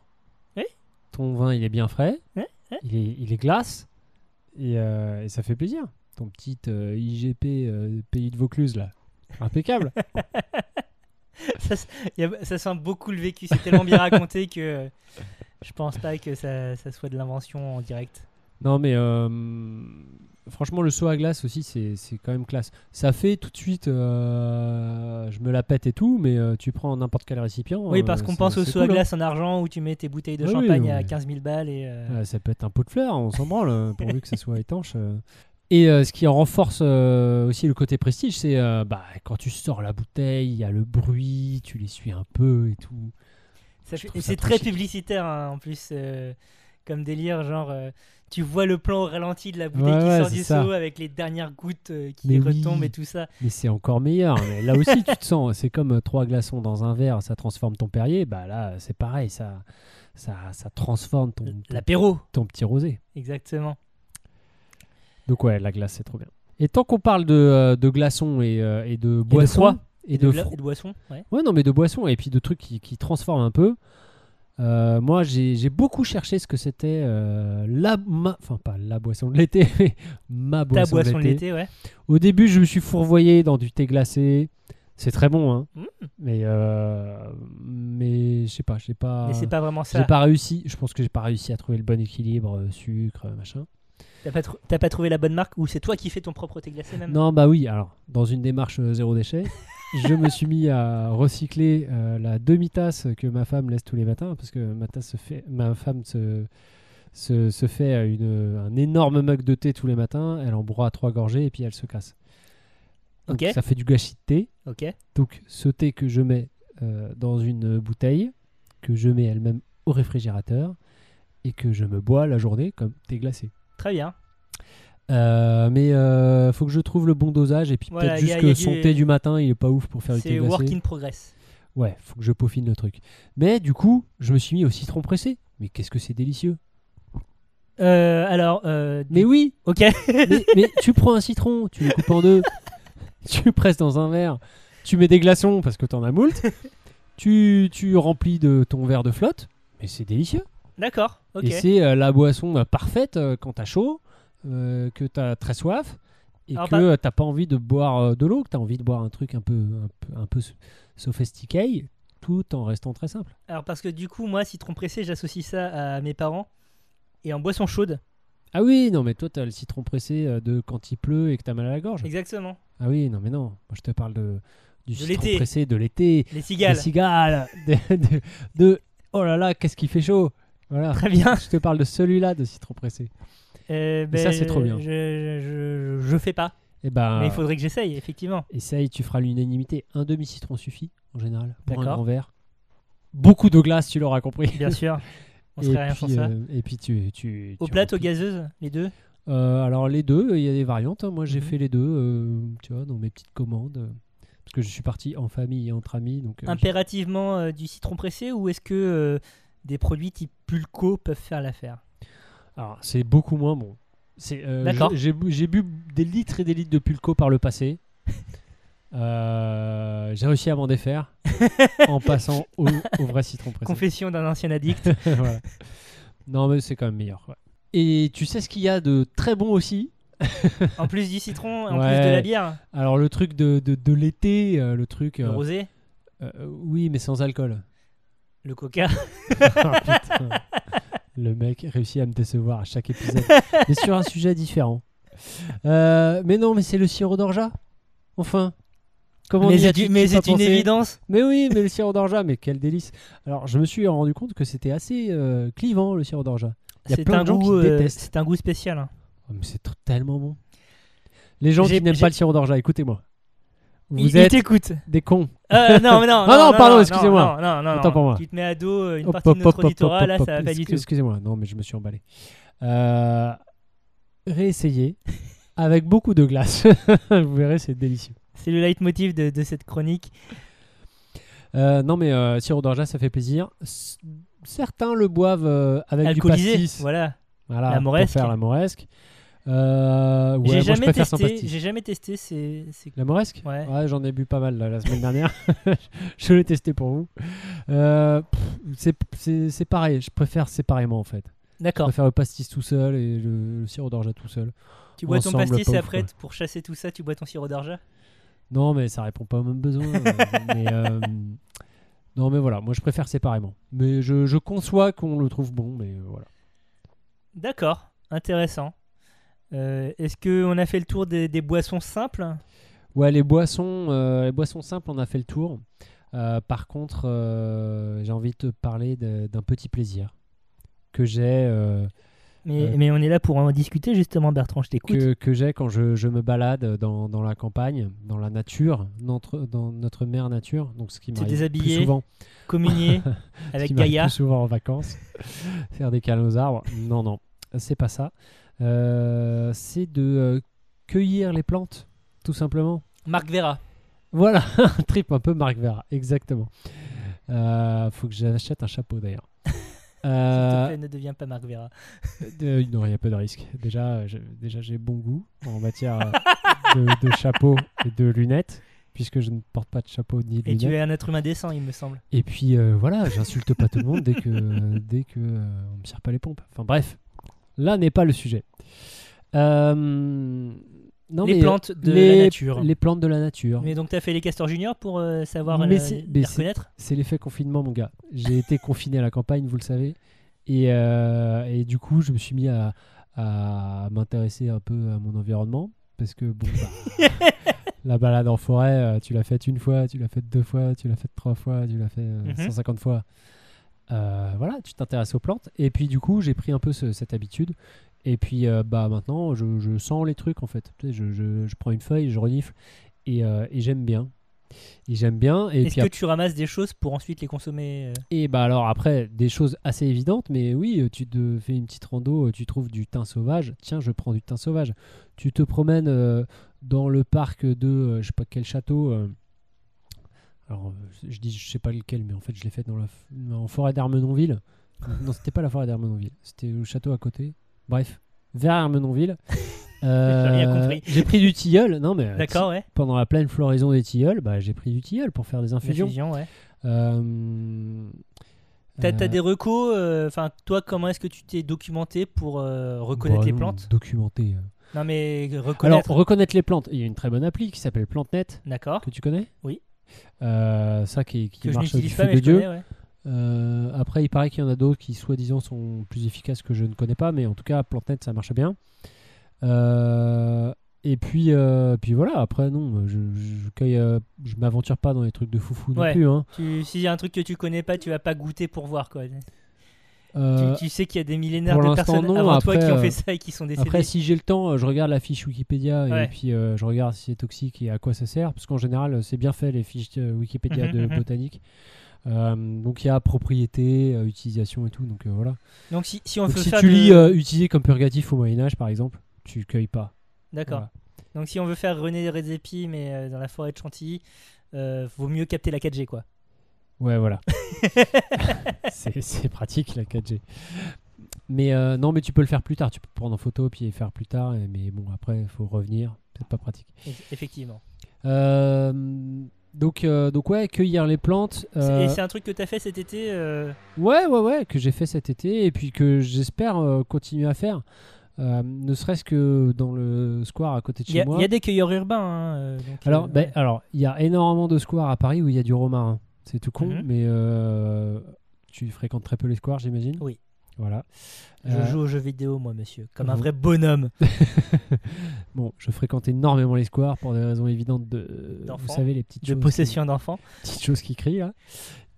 Speaker 2: Oui.
Speaker 1: Ton vin, il est bien frais,
Speaker 2: Oui, oui.
Speaker 1: il, est, il est glace, et, euh, et ça fait plaisir. Ton petit euh, IGP euh, pays de Vaucluse là, impeccable.
Speaker 2: ça, s- y a- ça sent beaucoup le vécu. C'est tellement bien raconté que euh, je pense pas que ça, ça soit de l'invention en direct.
Speaker 1: Non, mais euh, franchement, le saut à glace aussi, c'est c'est quand même classe. Ça fait tout de suite, euh, je me la pète et tout, mais euh, tu prends n'importe quel récipient.
Speaker 2: Oui,
Speaker 1: euh,
Speaker 2: parce qu'on
Speaker 1: c'est-
Speaker 2: pense au
Speaker 1: c'est
Speaker 2: seau à
Speaker 1: cool, hein.
Speaker 2: glace en argent où tu mets tes bouteilles de
Speaker 1: Ah oui,
Speaker 2: champagne à
Speaker 1: ouais.
Speaker 2: 15 000 balles et. euh,
Speaker 1: Euh, ça peut être un pot de fleurs, on s'en branle, euh, pourvu que ça soit étanche. euh. Et euh, ce qui renforce euh, aussi le côté prestige, c'est euh, bah, quand tu sors la bouteille, il y a le bruit, tu l'essuies un peu et tout.
Speaker 2: ça
Speaker 1: je
Speaker 2: fait-
Speaker 1: trouve ça
Speaker 2: c'est
Speaker 1: trop
Speaker 2: très
Speaker 1: chic.
Speaker 2: publicitaire hein, en plus, euh, comme délire. Genre, euh, tu vois le plan au ralenti de la bouteille
Speaker 1: Ouais,
Speaker 2: qui
Speaker 1: ouais,
Speaker 2: sort
Speaker 1: c'est
Speaker 2: du
Speaker 1: ça.
Speaker 2: seau avec les dernières gouttes euh, qui
Speaker 1: Mais oui.
Speaker 2: retombent et tout ça.
Speaker 1: Mais c'est encore meilleur. Mais là aussi, tu te sens. C'est comme euh, trois glaçons dans un verre, ça transforme ton Perrier. Bah là, c'est pareil, ça, ça, ça transforme ton, ton,
Speaker 2: L'apéro,
Speaker 1: ton petit rosé.
Speaker 2: exactement.
Speaker 1: Donc ouais, la glace, c'est trop bien. Et tant qu'on parle de, euh, de glaçons et, euh, et de boissons
Speaker 2: froid.
Speaker 1: et de,
Speaker 2: la-
Speaker 1: fro-
Speaker 2: de boisson, ouais.
Speaker 1: ouais non mais de boissons et puis de trucs qui, qui transforment un peu. euh, moi, j'ai j'ai beaucoup cherché ce que c'était euh, la, ma- enfin pas la boisson de l'été, mais ma
Speaker 2: Ta
Speaker 1: boisson,
Speaker 2: boisson de l'été, ouais.
Speaker 1: Au début, je me suis fourvoyé dans du thé glacé. C'est très bon, hein.
Speaker 2: Mm.
Speaker 1: Mais, euh, mais je sais pas, j'ai pas,
Speaker 2: Mais c'est pas vraiment ça.
Speaker 1: Ah. j'ai pas réussi. Je pense que j'ai pas réussi à trouver le bon équilibre euh, sucre, euh, machin.
Speaker 2: T'as pas, trou- t'as pas trouvé la bonne marque ou c'est toi qui fais ton propre thé glacé même
Speaker 1: Non, bah oui. Alors, dans une démarche euh, zéro déchet, je me suis mis à recycler euh, la demi-tasse que ma femme laisse tous les matins, parce que ma tasse se fait, ma femme se se, se fait euh, une, un énorme mug de thé tous les matins. Elle en broie trois gorgées et puis elle se casse. Donc,
Speaker 2: Ok.
Speaker 1: Ça fait du gâchis de thé.
Speaker 2: Ok.
Speaker 1: Donc ce thé que je mets euh, dans une bouteille, que je mets elle-même au réfrigérateur, et que je me bois la journée comme thé glacé.
Speaker 2: Très bien.
Speaker 1: Euh, mais euh, faut que je trouve le bon dosage, et puis
Speaker 2: Voilà,
Speaker 1: peut-être
Speaker 2: y
Speaker 1: juste
Speaker 2: a-
Speaker 1: que
Speaker 2: y a
Speaker 1: son
Speaker 2: du-
Speaker 1: thé du matin, il est pas ouf pour faire du thé
Speaker 2: C'est
Speaker 1: glacé.
Speaker 2: work in progress.
Speaker 1: Ouais, faut que je peaufine le truc. Mais du coup, je me suis mis au citron pressé. Mais qu'est-ce que c'est délicieux.
Speaker 2: Euh, alors, euh,
Speaker 1: Mais oui,
Speaker 2: ok.
Speaker 1: mais, mais tu prends un citron, tu le coupes en deux, tu le presses dans un verre, tu mets des glaçons parce que t'en as moult, tu, tu remplis de ton verre de flotte, mais c'est délicieux.
Speaker 2: D'accord. Ok.
Speaker 1: Et c'est euh, la boisson euh, parfaite euh, quand t'as chaud, euh, que t'as très soif, et
Speaker 2: Alors,
Speaker 1: que
Speaker 2: pas-
Speaker 1: euh, t'as pas envie de boire euh, de l'eau, que t'as envie de boire un truc un peu, un peu, un peu so- sophistiqué, tout en restant très simple.
Speaker 2: Alors parce que du coup, moi, citron pressé, j'associe ça à mes parents. Et en boisson chaude.
Speaker 1: Ah oui, non, mais toi, t'as le citron pressé euh, de quand il pleut et que t'as mal à la gorge.
Speaker 2: Exactement.
Speaker 1: Ah oui, non, mais non, moi je te parle de, du
Speaker 2: De
Speaker 1: citron
Speaker 2: l'été.
Speaker 1: pressé de l'été.
Speaker 2: Les cigales.
Speaker 1: Des cigales. De, de- de- oh là là, qu'est-ce qui fait chaud. Voilà.
Speaker 2: Très bien.
Speaker 1: Je te parle de celui-là de citron pressé.
Speaker 2: Euh, ben,
Speaker 1: ça, c'est trop bien.
Speaker 2: Je, je, je- je fais pas.
Speaker 1: Et ben,
Speaker 2: Mais il faudrait que j'essaye, effectivement.
Speaker 1: essaye, tu feras l'unanimité. Un demi-citron suffit, en général, pour un
Speaker 2: D'accord.
Speaker 1: grand verre. Beaucoup d'eau glace, tu l'auras compris.
Speaker 2: Bien sûr. On
Speaker 1: Et
Speaker 2: serait rien
Speaker 1: puis,
Speaker 2: sans ça.
Speaker 1: euh, et puis tu. tu
Speaker 2: Au
Speaker 1: tu
Speaker 2: plat, aux
Speaker 1: remplis.
Speaker 2: gazeuses, les deux.
Speaker 1: Euh, Alors les deux, il y a des variantes. hein. Moi j'ai
Speaker 2: Mhm.
Speaker 1: fait les deux, euh, tu vois, dans mes petites commandes. euh, Parce que je suis parti en famille et entre amis. Donc, euh,
Speaker 2: Impérativement euh, du citron pressé ou est-ce que euh, des produits type Pulco peuvent faire l'affaire.
Speaker 1: Alors, c'est beaucoup moins bon. C'est, euh,
Speaker 2: D'accord.
Speaker 1: je- J'ai bu j'ai bu des litres et des litres de Pulco par le passé. Euh, j'ai réussi à m'en défaire en passant au, au vrai citron pressé.
Speaker 2: Confession d'un ancien addict.
Speaker 1: Voilà. Non, mais c'est quand même meilleur. ouais. Et tu sais ce qu'il y a de très bon aussi
Speaker 2: en plus du citron, en
Speaker 1: Ouais.
Speaker 2: plus de la bière,
Speaker 1: Alors, le truc de, de, de l'été, euh, le truc.
Speaker 2: le
Speaker 1: euh,
Speaker 2: rosé,
Speaker 1: euh, oui, mais sans alcool.
Speaker 2: le coca.
Speaker 1: Ah, putain. Le mec réussit à me décevoir à chaque épisode, mais sur un sujet différent. Euh, mais non, mais c'est le sirop d'orgeat. Enfin, comment
Speaker 2: mais
Speaker 1: n'y
Speaker 2: c'est
Speaker 1: as-tu-
Speaker 2: du- mais
Speaker 1: tu as
Speaker 2: c'est une
Speaker 1: pensé
Speaker 2: évidence.
Speaker 1: Mais oui, mais le sirop d'orgeat, mais quel délice. Alors, je me suis rendu compte que c'était assez euh, clivant le sirop d'orgeat. Il y a
Speaker 2: C'est
Speaker 1: plein
Speaker 2: un,
Speaker 1: de gens qui
Speaker 2: goût, euh,
Speaker 1: détestent.
Speaker 2: c'est un goût spécial. hein.
Speaker 1: Oh, mais c'est tr- tellement bon. Les gens
Speaker 2: J'ai-
Speaker 1: qui n'aiment
Speaker 2: j'ai-
Speaker 1: pas le sirop d'orgeat, écoutez-moi.
Speaker 2: Il-
Speaker 1: Vous
Speaker 2: il
Speaker 1: êtes
Speaker 2: t'écoute.
Speaker 1: des cons.
Speaker 2: Euh, non, mais non,
Speaker 1: Ah non, pardon, excusez-moi.
Speaker 2: Non, non, non,
Speaker 1: Autant
Speaker 2: non.
Speaker 1: pour moi.
Speaker 2: Tu te mets à dos euh, une
Speaker 1: Hop,
Speaker 2: partie
Speaker 1: hop,
Speaker 2: de notre
Speaker 1: hop, hop,
Speaker 2: auditorat,
Speaker 1: hop,
Speaker 2: là,
Speaker 1: hop,
Speaker 2: ça va
Speaker 1: hop.
Speaker 2: pas du
Speaker 1: Excuse-
Speaker 2: tout.
Speaker 1: Excusez-moi, non, mais je me suis emballé. Euh, réessayez avec beaucoup de glace. Vous verrez, c'est délicieux.
Speaker 2: C'est le leitmotiv de, de cette chronique.
Speaker 1: Euh, non, mais euh, sirop d'orgeat, ça fait plaisir. S- certains le boivent euh, avec du
Speaker 2: Alcoolisé,
Speaker 1: pastis.
Speaker 2: voilà.
Speaker 1: Voilà,
Speaker 2: La moresque.
Speaker 1: Pour faire la moresque. Euh, ouais, moi,
Speaker 2: j'ai,
Speaker 1: je
Speaker 2: jamais
Speaker 1: préfère sans
Speaker 2: testé,
Speaker 1: pastis.
Speaker 2: j'ai jamais testé ces... ces-
Speaker 1: La moresque
Speaker 2: Ouais.
Speaker 1: j'en ai bu pas mal là, la semaine dernière. je l'ai testé pour vous. Euh, pff, c'est- c'est c'est pareil, je préfère séparément en fait. Je
Speaker 2: D'accord.
Speaker 1: préfère le pastis tout seul et le, le sirop d'orgeat tout seul.
Speaker 2: Tu bois ton
Speaker 1: ensemble,
Speaker 2: pastis
Speaker 1: pas
Speaker 2: et
Speaker 1: ouf,
Speaker 2: après,
Speaker 1: ouais.
Speaker 2: t- pour chasser tout ça, tu bois ton sirop d'argent.
Speaker 1: Non, mais ça répond pas aux mêmes besoins. mais, euh, non, mais voilà, moi je préfère séparément. Mais je, je conçois qu'on le trouve bon, mais euh, voilà.
Speaker 2: D'accord, intéressant. Euh, est-ce qu'on a fait le tour des, des boissons simples
Speaker 1: Ouais, les boissons, euh, les boissons simples, on a fait le tour. Euh, par contre, euh, j'ai envie de te parler de- d'un petit plaisir que j'ai euh,
Speaker 2: mais,
Speaker 1: Euh.
Speaker 2: mais on est là pour en discuter justement, Bertrand, je t'écoute.
Speaker 1: que, que j'ai quand je, je me balade dans, dans la campagne, dans la nature, notre, dans notre mère nature, donc ce qui m'arrive plus
Speaker 2: déshabillé
Speaker 1: souvent,
Speaker 2: Communier
Speaker 1: ce
Speaker 2: avec
Speaker 1: qui m'arrive
Speaker 2: Gaïa.
Speaker 1: plus souvent en vacances, faire des câlins aux arbres. Non, non, c'est pas ça. Euh, c'est de euh, cueillir les plantes, tout simplement.
Speaker 2: Marc Vera.
Speaker 1: Voilà, un trip un peu Marc Vera, exactement. Euh, faut que j'achète un chapeau d'ailleurs.
Speaker 2: S'il te
Speaker 1: Euh,
Speaker 2: plaît, ne deviens pas Marc Vera.
Speaker 1: euh, non, il n'y a pas de risque. Déjà, euh, je- déjà j'ai bon goût en matière euh, de, de chapeau et de lunettes, puisque je ne porte pas de chapeau ni de
Speaker 2: Et tu
Speaker 1: lunettes.
Speaker 2: es un être humain décent, il me semble.
Speaker 1: Et puis euh, voilà, j'insulte pas tout le monde dès que dès que euh, on me serre pas les pompes. Enfin bref, là n'est pas le sujet. Euh, non,
Speaker 2: les
Speaker 1: mais, euh,
Speaker 2: plantes de la
Speaker 1: les-
Speaker 2: nature.
Speaker 1: Les plantes de la nature.
Speaker 2: Mais donc t'as fait les castors juniors pour euh, savoir
Speaker 1: Mais
Speaker 2: euh,
Speaker 1: c'est- mais
Speaker 2: les
Speaker 1: c'est-
Speaker 2: reconnaître
Speaker 1: C'est l'effet confinement, mon gars. J'ai été confiné à la campagne, vous le savez. Et, euh, et du coup, je me suis mis à, à m'intéresser un peu à mon environnement. Parce que, bon, bah, la balade en forêt, euh, tu l'as faite une fois, tu l'as faite deux fois, tu l'as faite trois fois, tu l'as fait euh,
Speaker 2: Mhm.
Speaker 1: 150 fois. Euh, voilà, tu t'intéresses aux plantes. Et puis, du coup, j'ai pris un peu ce- cette habitude. Et puis, euh, bah, maintenant, je, je sens les trucs, en fait. Tu sais, je, je- je prends une feuille, je renifle. Et, euh, et j'aime bien. Et j'aime bien. Et
Speaker 2: Est-ce
Speaker 1: puis
Speaker 2: que tu ramasses des choses pour ensuite les consommer euh,
Speaker 1: et bah alors après, des choses assez évidentes, mais oui, euh, tu te fais une petite rando, euh, tu trouves du thym sauvage, tiens, je prends du thym sauvage. Tu te promènes euh, dans le parc de, euh, je sais pas quel château, euh, alors euh, je dis je sais pas lequel, mais en fait je l'ai fait dans la f- en forêt d'Armenonville. non, c'était pas la forêt d'Armenonville, c'était le château à côté. Bref, vers Armenonville. Euh,
Speaker 2: rien compris.
Speaker 1: J'ai pris du tilleul, non mais euh,
Speaker 2: D'accord, ouais.
Speaker 1: pendant la pleine floraison des tilleuls, bah, j'ai pris du tilleul pour faire des
Speaker 2: La
Speaker 1: infusions.
Speaker 2: fusion, ouais.
Speaker 1: Euh,
Speaker 2: T'as
Speaker 1: euh,
Speaker 2: t'as des recos euh, Enfin, toi, comment est-ce que tu t'es documenté pour euh, reconnaître
Speaker 1: bah
Speaker 2: les
Speaker 1: non,
Speaker 2: plantes
Speaker 1: Documenter. euh.
Speaker 2: Non, mais
Speaker 1: Alors,
Speaker 2: reconnaître.
Speaker 1: reconnaître les plantes, il y a une très bonne appli qui s'appelle PlanteNet,
Speaker 2: D'accord.
Speaker 1: que tu connais
Speaker 2: Oui.
Speaker 1: Euh, ça qui, qui
Speaker 2: Que je
Speaker 1: marche du
Speaker 2: n'utilise pas,
Speaker 1: feu
Speaker 2: mais
Speaker 1: de
Speaker 2: je
Speaker 1: Dieu.
Speaker 2: connais, hein. ouais.
Speaker 1: Euh, après, il paraît qu'il y en a d'autres qui, soi-disant, sont plus efficaces que je ne connais pas, mais en tout cas, PlanteNet, ça marche bien. Euh, et puis, euh, puis voilà, après, non, je, je, cueille, euh, je m'aventure pas dans les trucs de foufou
Speaker 2: Ouais.
Speaker 1: non plus. Hein.
Speaker 2: Tu- S'il y a un truc que tu connais pas, tu vas pas goûter pour voir, quoi. Tu-
Speaker 1: Euh,
Speaker 2: tu, sais qu'il y a des millénaires
Speaker 1: pour
Speaker 2: de
Speaker 1: l'instant,
Speaker 2: personnes
Speaker 1: non,
Speaker 2: avant toi
Speaker 1: après,
Speaker 2: qui ont
Speaker 1: euh,
Speaker 2: fait ça et qui sont décédées.
Speaker 1: Après, si j'ai le temps, euh, je regarde la fiche Wikipédia et
Speaker 2: Ouais.
Speaker 1: puis euh, je regarde si c'est toxique et à quoi ça sert. Parce qu'en général, euh, c'est bien fait les fiches euh, Wikipédia
Speaker 2: Mhm,
Speaker 1: de
Speaker 2: mhm.
Speaker 1: botanique. Euh, donc il y a propriété, euh, utilisation et tout. Donc euh, voilà.
Speaker 2: Donc, si, si on
Speaker 1: Donc,
Speaker 2: veut
Speaker 1: si
Speaker 2: faire
Speaker 1: tu
Speaker 2: de-
Speaker 1: lis euh, utiliser comme purgatif au Moyen-Âge, par exemple, tu cueilles pas.
Speaker 2: D'accord.
Speaker 1: Voilà.
Speaker 2: Donc si on veut faire René Redzepi mais euh, dans la forêt de Chantilly, euh, vaut mieux capter la 4G quoi.
Speaker 1: Ouais, voilà. c'est c'est pratique la 4G. Mais euh, non, mais tu peux le faire plus tard. Tu peux prendre en photo puis faire plus tard. et- Mais bon, après, il faut revenir. C'est pas pratique.
Speaker 2: Eff- Effectivement.
Speaker 1: Euh, donc, euh, donc ouais, cueillir les plantes.
Speaker 2: C'est-
Speaker 1: euh,
Speaker 2: Et c'est un truc que t'as fait cet été. euh,
Speaker 1: Ouais, ouais, ouais, que j'ai fait cet été et puis que j'espère euh, continuer à faire. Euh, ne serait-ce que dans le square à côté de
Speaker 2: Il y,
Speaker 1: chez
Speaker 2: a-
Speaker 1: moi.
Speaker 2: il y a des cueilleurs urbains. hein, euh, donc,
Speaker 1: Alors,
Speaker 2: euh,
Speaker 1: ben,
Speaker 2: ouais.
Speaker 1: alors, il y a énormément de squares à Paris où il y a du romarin. C'est tout con,
Speaker 2: Mhm.
Speaker 1: mais euh, tu fréquentes très peu les squares, j'imagine.
Speaker 2: Oui.
Speaker 1: Voilà.
Speaker 2: je
Speaker 1: Euh,
Speaker 2: joue aux jeux vidéo, moi, monsieur, comme un
Speaker 1: vous-
Speaker 2: vrai bonhomme.
Speaker 1: Bon, je fréquente énormément les squares pour des raisons évidentes de, vous
Speaker 2: D'enfants,
Speaker 1: savez, les petites
Speaker 2: de
Speaker 1: choses qui-
Speaker 2: possession d'enfants.
Speaker 1: petites choses qui crient là.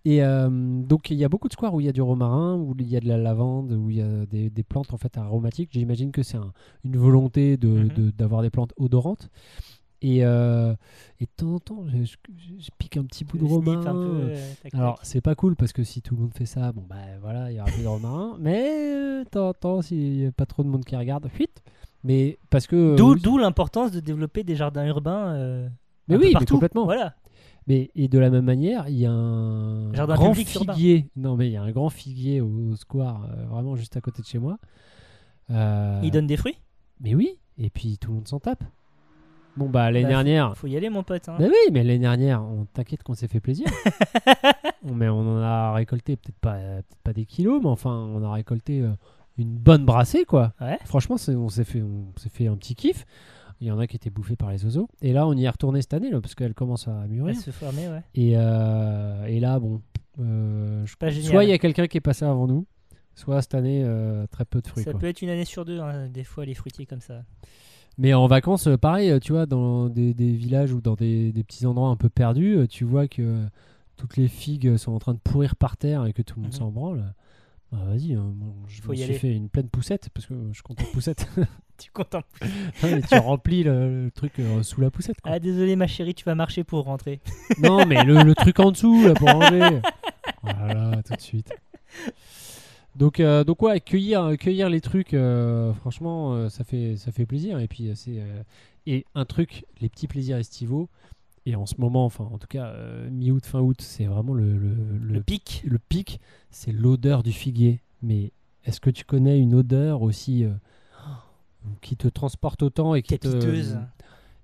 Speaker 1: Et euh, donc il y a beaucoup de squares où il y a du romarin, où il y a de la lavande, où il y a des, des plantes en fait aromatiques. J'imagine que c'est un- une volonté de-
Speaker 2: Mhm.
Speaker 1: de- d'avoir des plantes odorantes. Et, euh, et de temps en temps, je, je- je pique un petit bout de
Speaker 2: Je sniffe un
Speaker 1: romarin.
Speaker 2: peu, euh, tac, tac.
Speaker 1: Alors c'est pas cool parce que si tout le monde fait ça, bon bah voilà, il y aura plus de romarin. Mais euh, de temps en temps, s'il n'y a pas trop de monde qui regarde, fuite. Mais parce que
Speaker 2: D'où
Speaker 1: euh, oui,
Speaker 2: d'où l'importance de développer des jardins urbains. euh,
Speaker 1: mais
Speaker 2: un peu
Speaker 1: oui, mais
Speaker 2: partout.
Speaker 1: complètement.
Speaker 2: Voilà.
Speaker 1: Mais, et de la même manière, il y a un
Speaker 2: Jardin
Speaker 1: grand
Speaker 2: public urbain.
Speaker 1: figuier. Non, mais il y a un grand figuier au, au square, euh, vraiment juste à côté de chez moi. Euh,
Speaker 2: Ils donnent des fruits.
Speaker 1: Mais oui, et puis tout le monde s'en tape. Bon, bah l'année
Speaker 2: Bah,
Speaker 1: dernière.
Speaker 2: Faut y aller, mon pote. hein.
Speaker 1: Bah oui, mais l'année dernière, on t'inquiète qu'on s'est fait plaisir. On- mais on en a récolté peut-être pas, euh, peut-être pas des kilos, mais enfin, on a récolté euh, une bonne brassée, quoi.
Speaker 2: Ouais.
Speaker 1: Franchement, c'est- on s'est fait, on s'est fait un petit kiff. Il y en a qui étaient bouffés par les oiseaux. Et là, on y est retourné cette année, là, parce qu'elle commence à mûrir.
Speaker 2: À se former, ouais.
Speaker 1: Et, euh, et là, bon, euh, je-
Speaker 2: Pas génial.
Speaker 1: soit il y a quelqu'un qui est passé avant nous, soit cette année, euh, très peu de fruits.
Speaker 2: ça
Speaker 1: quoi.
Speaker 2: peut être une année sur deux, hein, des fois, les fruitiers comme ça.
Speaker 1: Mais en vacances, euh, pareil, euh, tu vois, dans des, des villages ou dans des, des petits endroits un peu perdus, euh, tu vois que euh, toutes les figues sont en train de pourrir par terre et que tout le monde
Speaker 2: Mhm.
Speaker 1: s'en branle. Bah, Vas-y, hein, bon, je
Speaker 2: Faut
Speaker 1: me
Speaker 2: y
Speaker 1: suis
Speaker 2: aller.
Speaker 1: fait une pleine poussette parce que je compte en poussette.
Speaker 2: Tu comptes en-
Speaker 1: Et tu remplis le, le truc euh, sous la poussette. quoi.
Speaker 2: Ah, désolé, ma chérie, tu vas marcher pour rentrer.
Speaker 1: Non, mais le, le truc en dessous, là, pour enlever. Voilà, tout de suite. Donc, euh, donc ouais, cueillir, cueillir les trucs, euh, franchement, euh, ça, fait, ça fait plaisir. Et puis, euh, c'est. euh, et un truc, les petits plaisirs estivaux. Et en ce moment, enfin, en tout cas, euh, mi-août, fin août, c'est vraiment le, le,
Speaker 2: Le
Speaker 1: le,
Speaker 2: pic.
Speaker 1: le pic. C'est l'odeur du figuier. Mais est-ce que tu connais une odeur aussi. euh, qui te transporte autant et qui te-
Speaker 2: Capiteuse.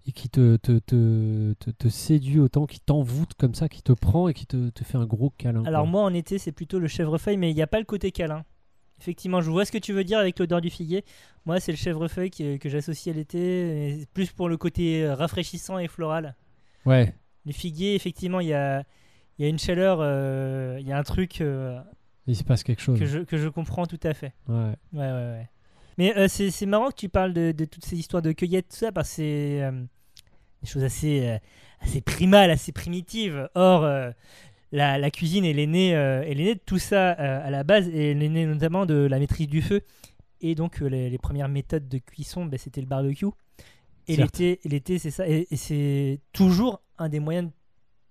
Speaker 1: et qui te, te, te, te, te séduit autant, qui t'envoûte comme ça, qui te prend et qui te, te fait un gros câlin.
Speaker 2: Alors,
Speaker 1: quoi.
Speaker 2: moi, en été, c'est plutôt le chèvrefeuille, mais il n'y a pas le côté câlin. Effectivement, je vois ce que tu veux dire avec l'odeur du figuier. Moi, c'est le chèvrefeuille que, que j'associe à l'été, et plus pour le côté euh, rafraîchissant et floral.
Speaker 1: Ouais,
Speaker 2: Le figuier, effectivement, il y a, il y a une chaleur, euh, il y a un truc euh,
Speaker 1: il se passe quelque chose.
Speaker 2: que, je, que je comprends tout à fait.
Speaker 1: Ouais.
Speaker 2: Ouais, ouais, ouais. Mais euh, c'est c'est marrant que tu parles de, de toutes ces histoires de cueillette, tout ça, parce que c'est euh, des choses assez, euh, assez primales, assez primitives. Or, euh, la, la cuisine, elle est, née, euh, elle est née de tout ça euh, à la base, et elle est née notamment de la maîtrise du feu. Et donc, euh, les, les premières méthodes de cuisson, ben, c'était le barbecue. Et
Speaker 1: Certes.
Speaker 2: l'été, l'été, c'est ça. Et, et c'est toujours un des moyens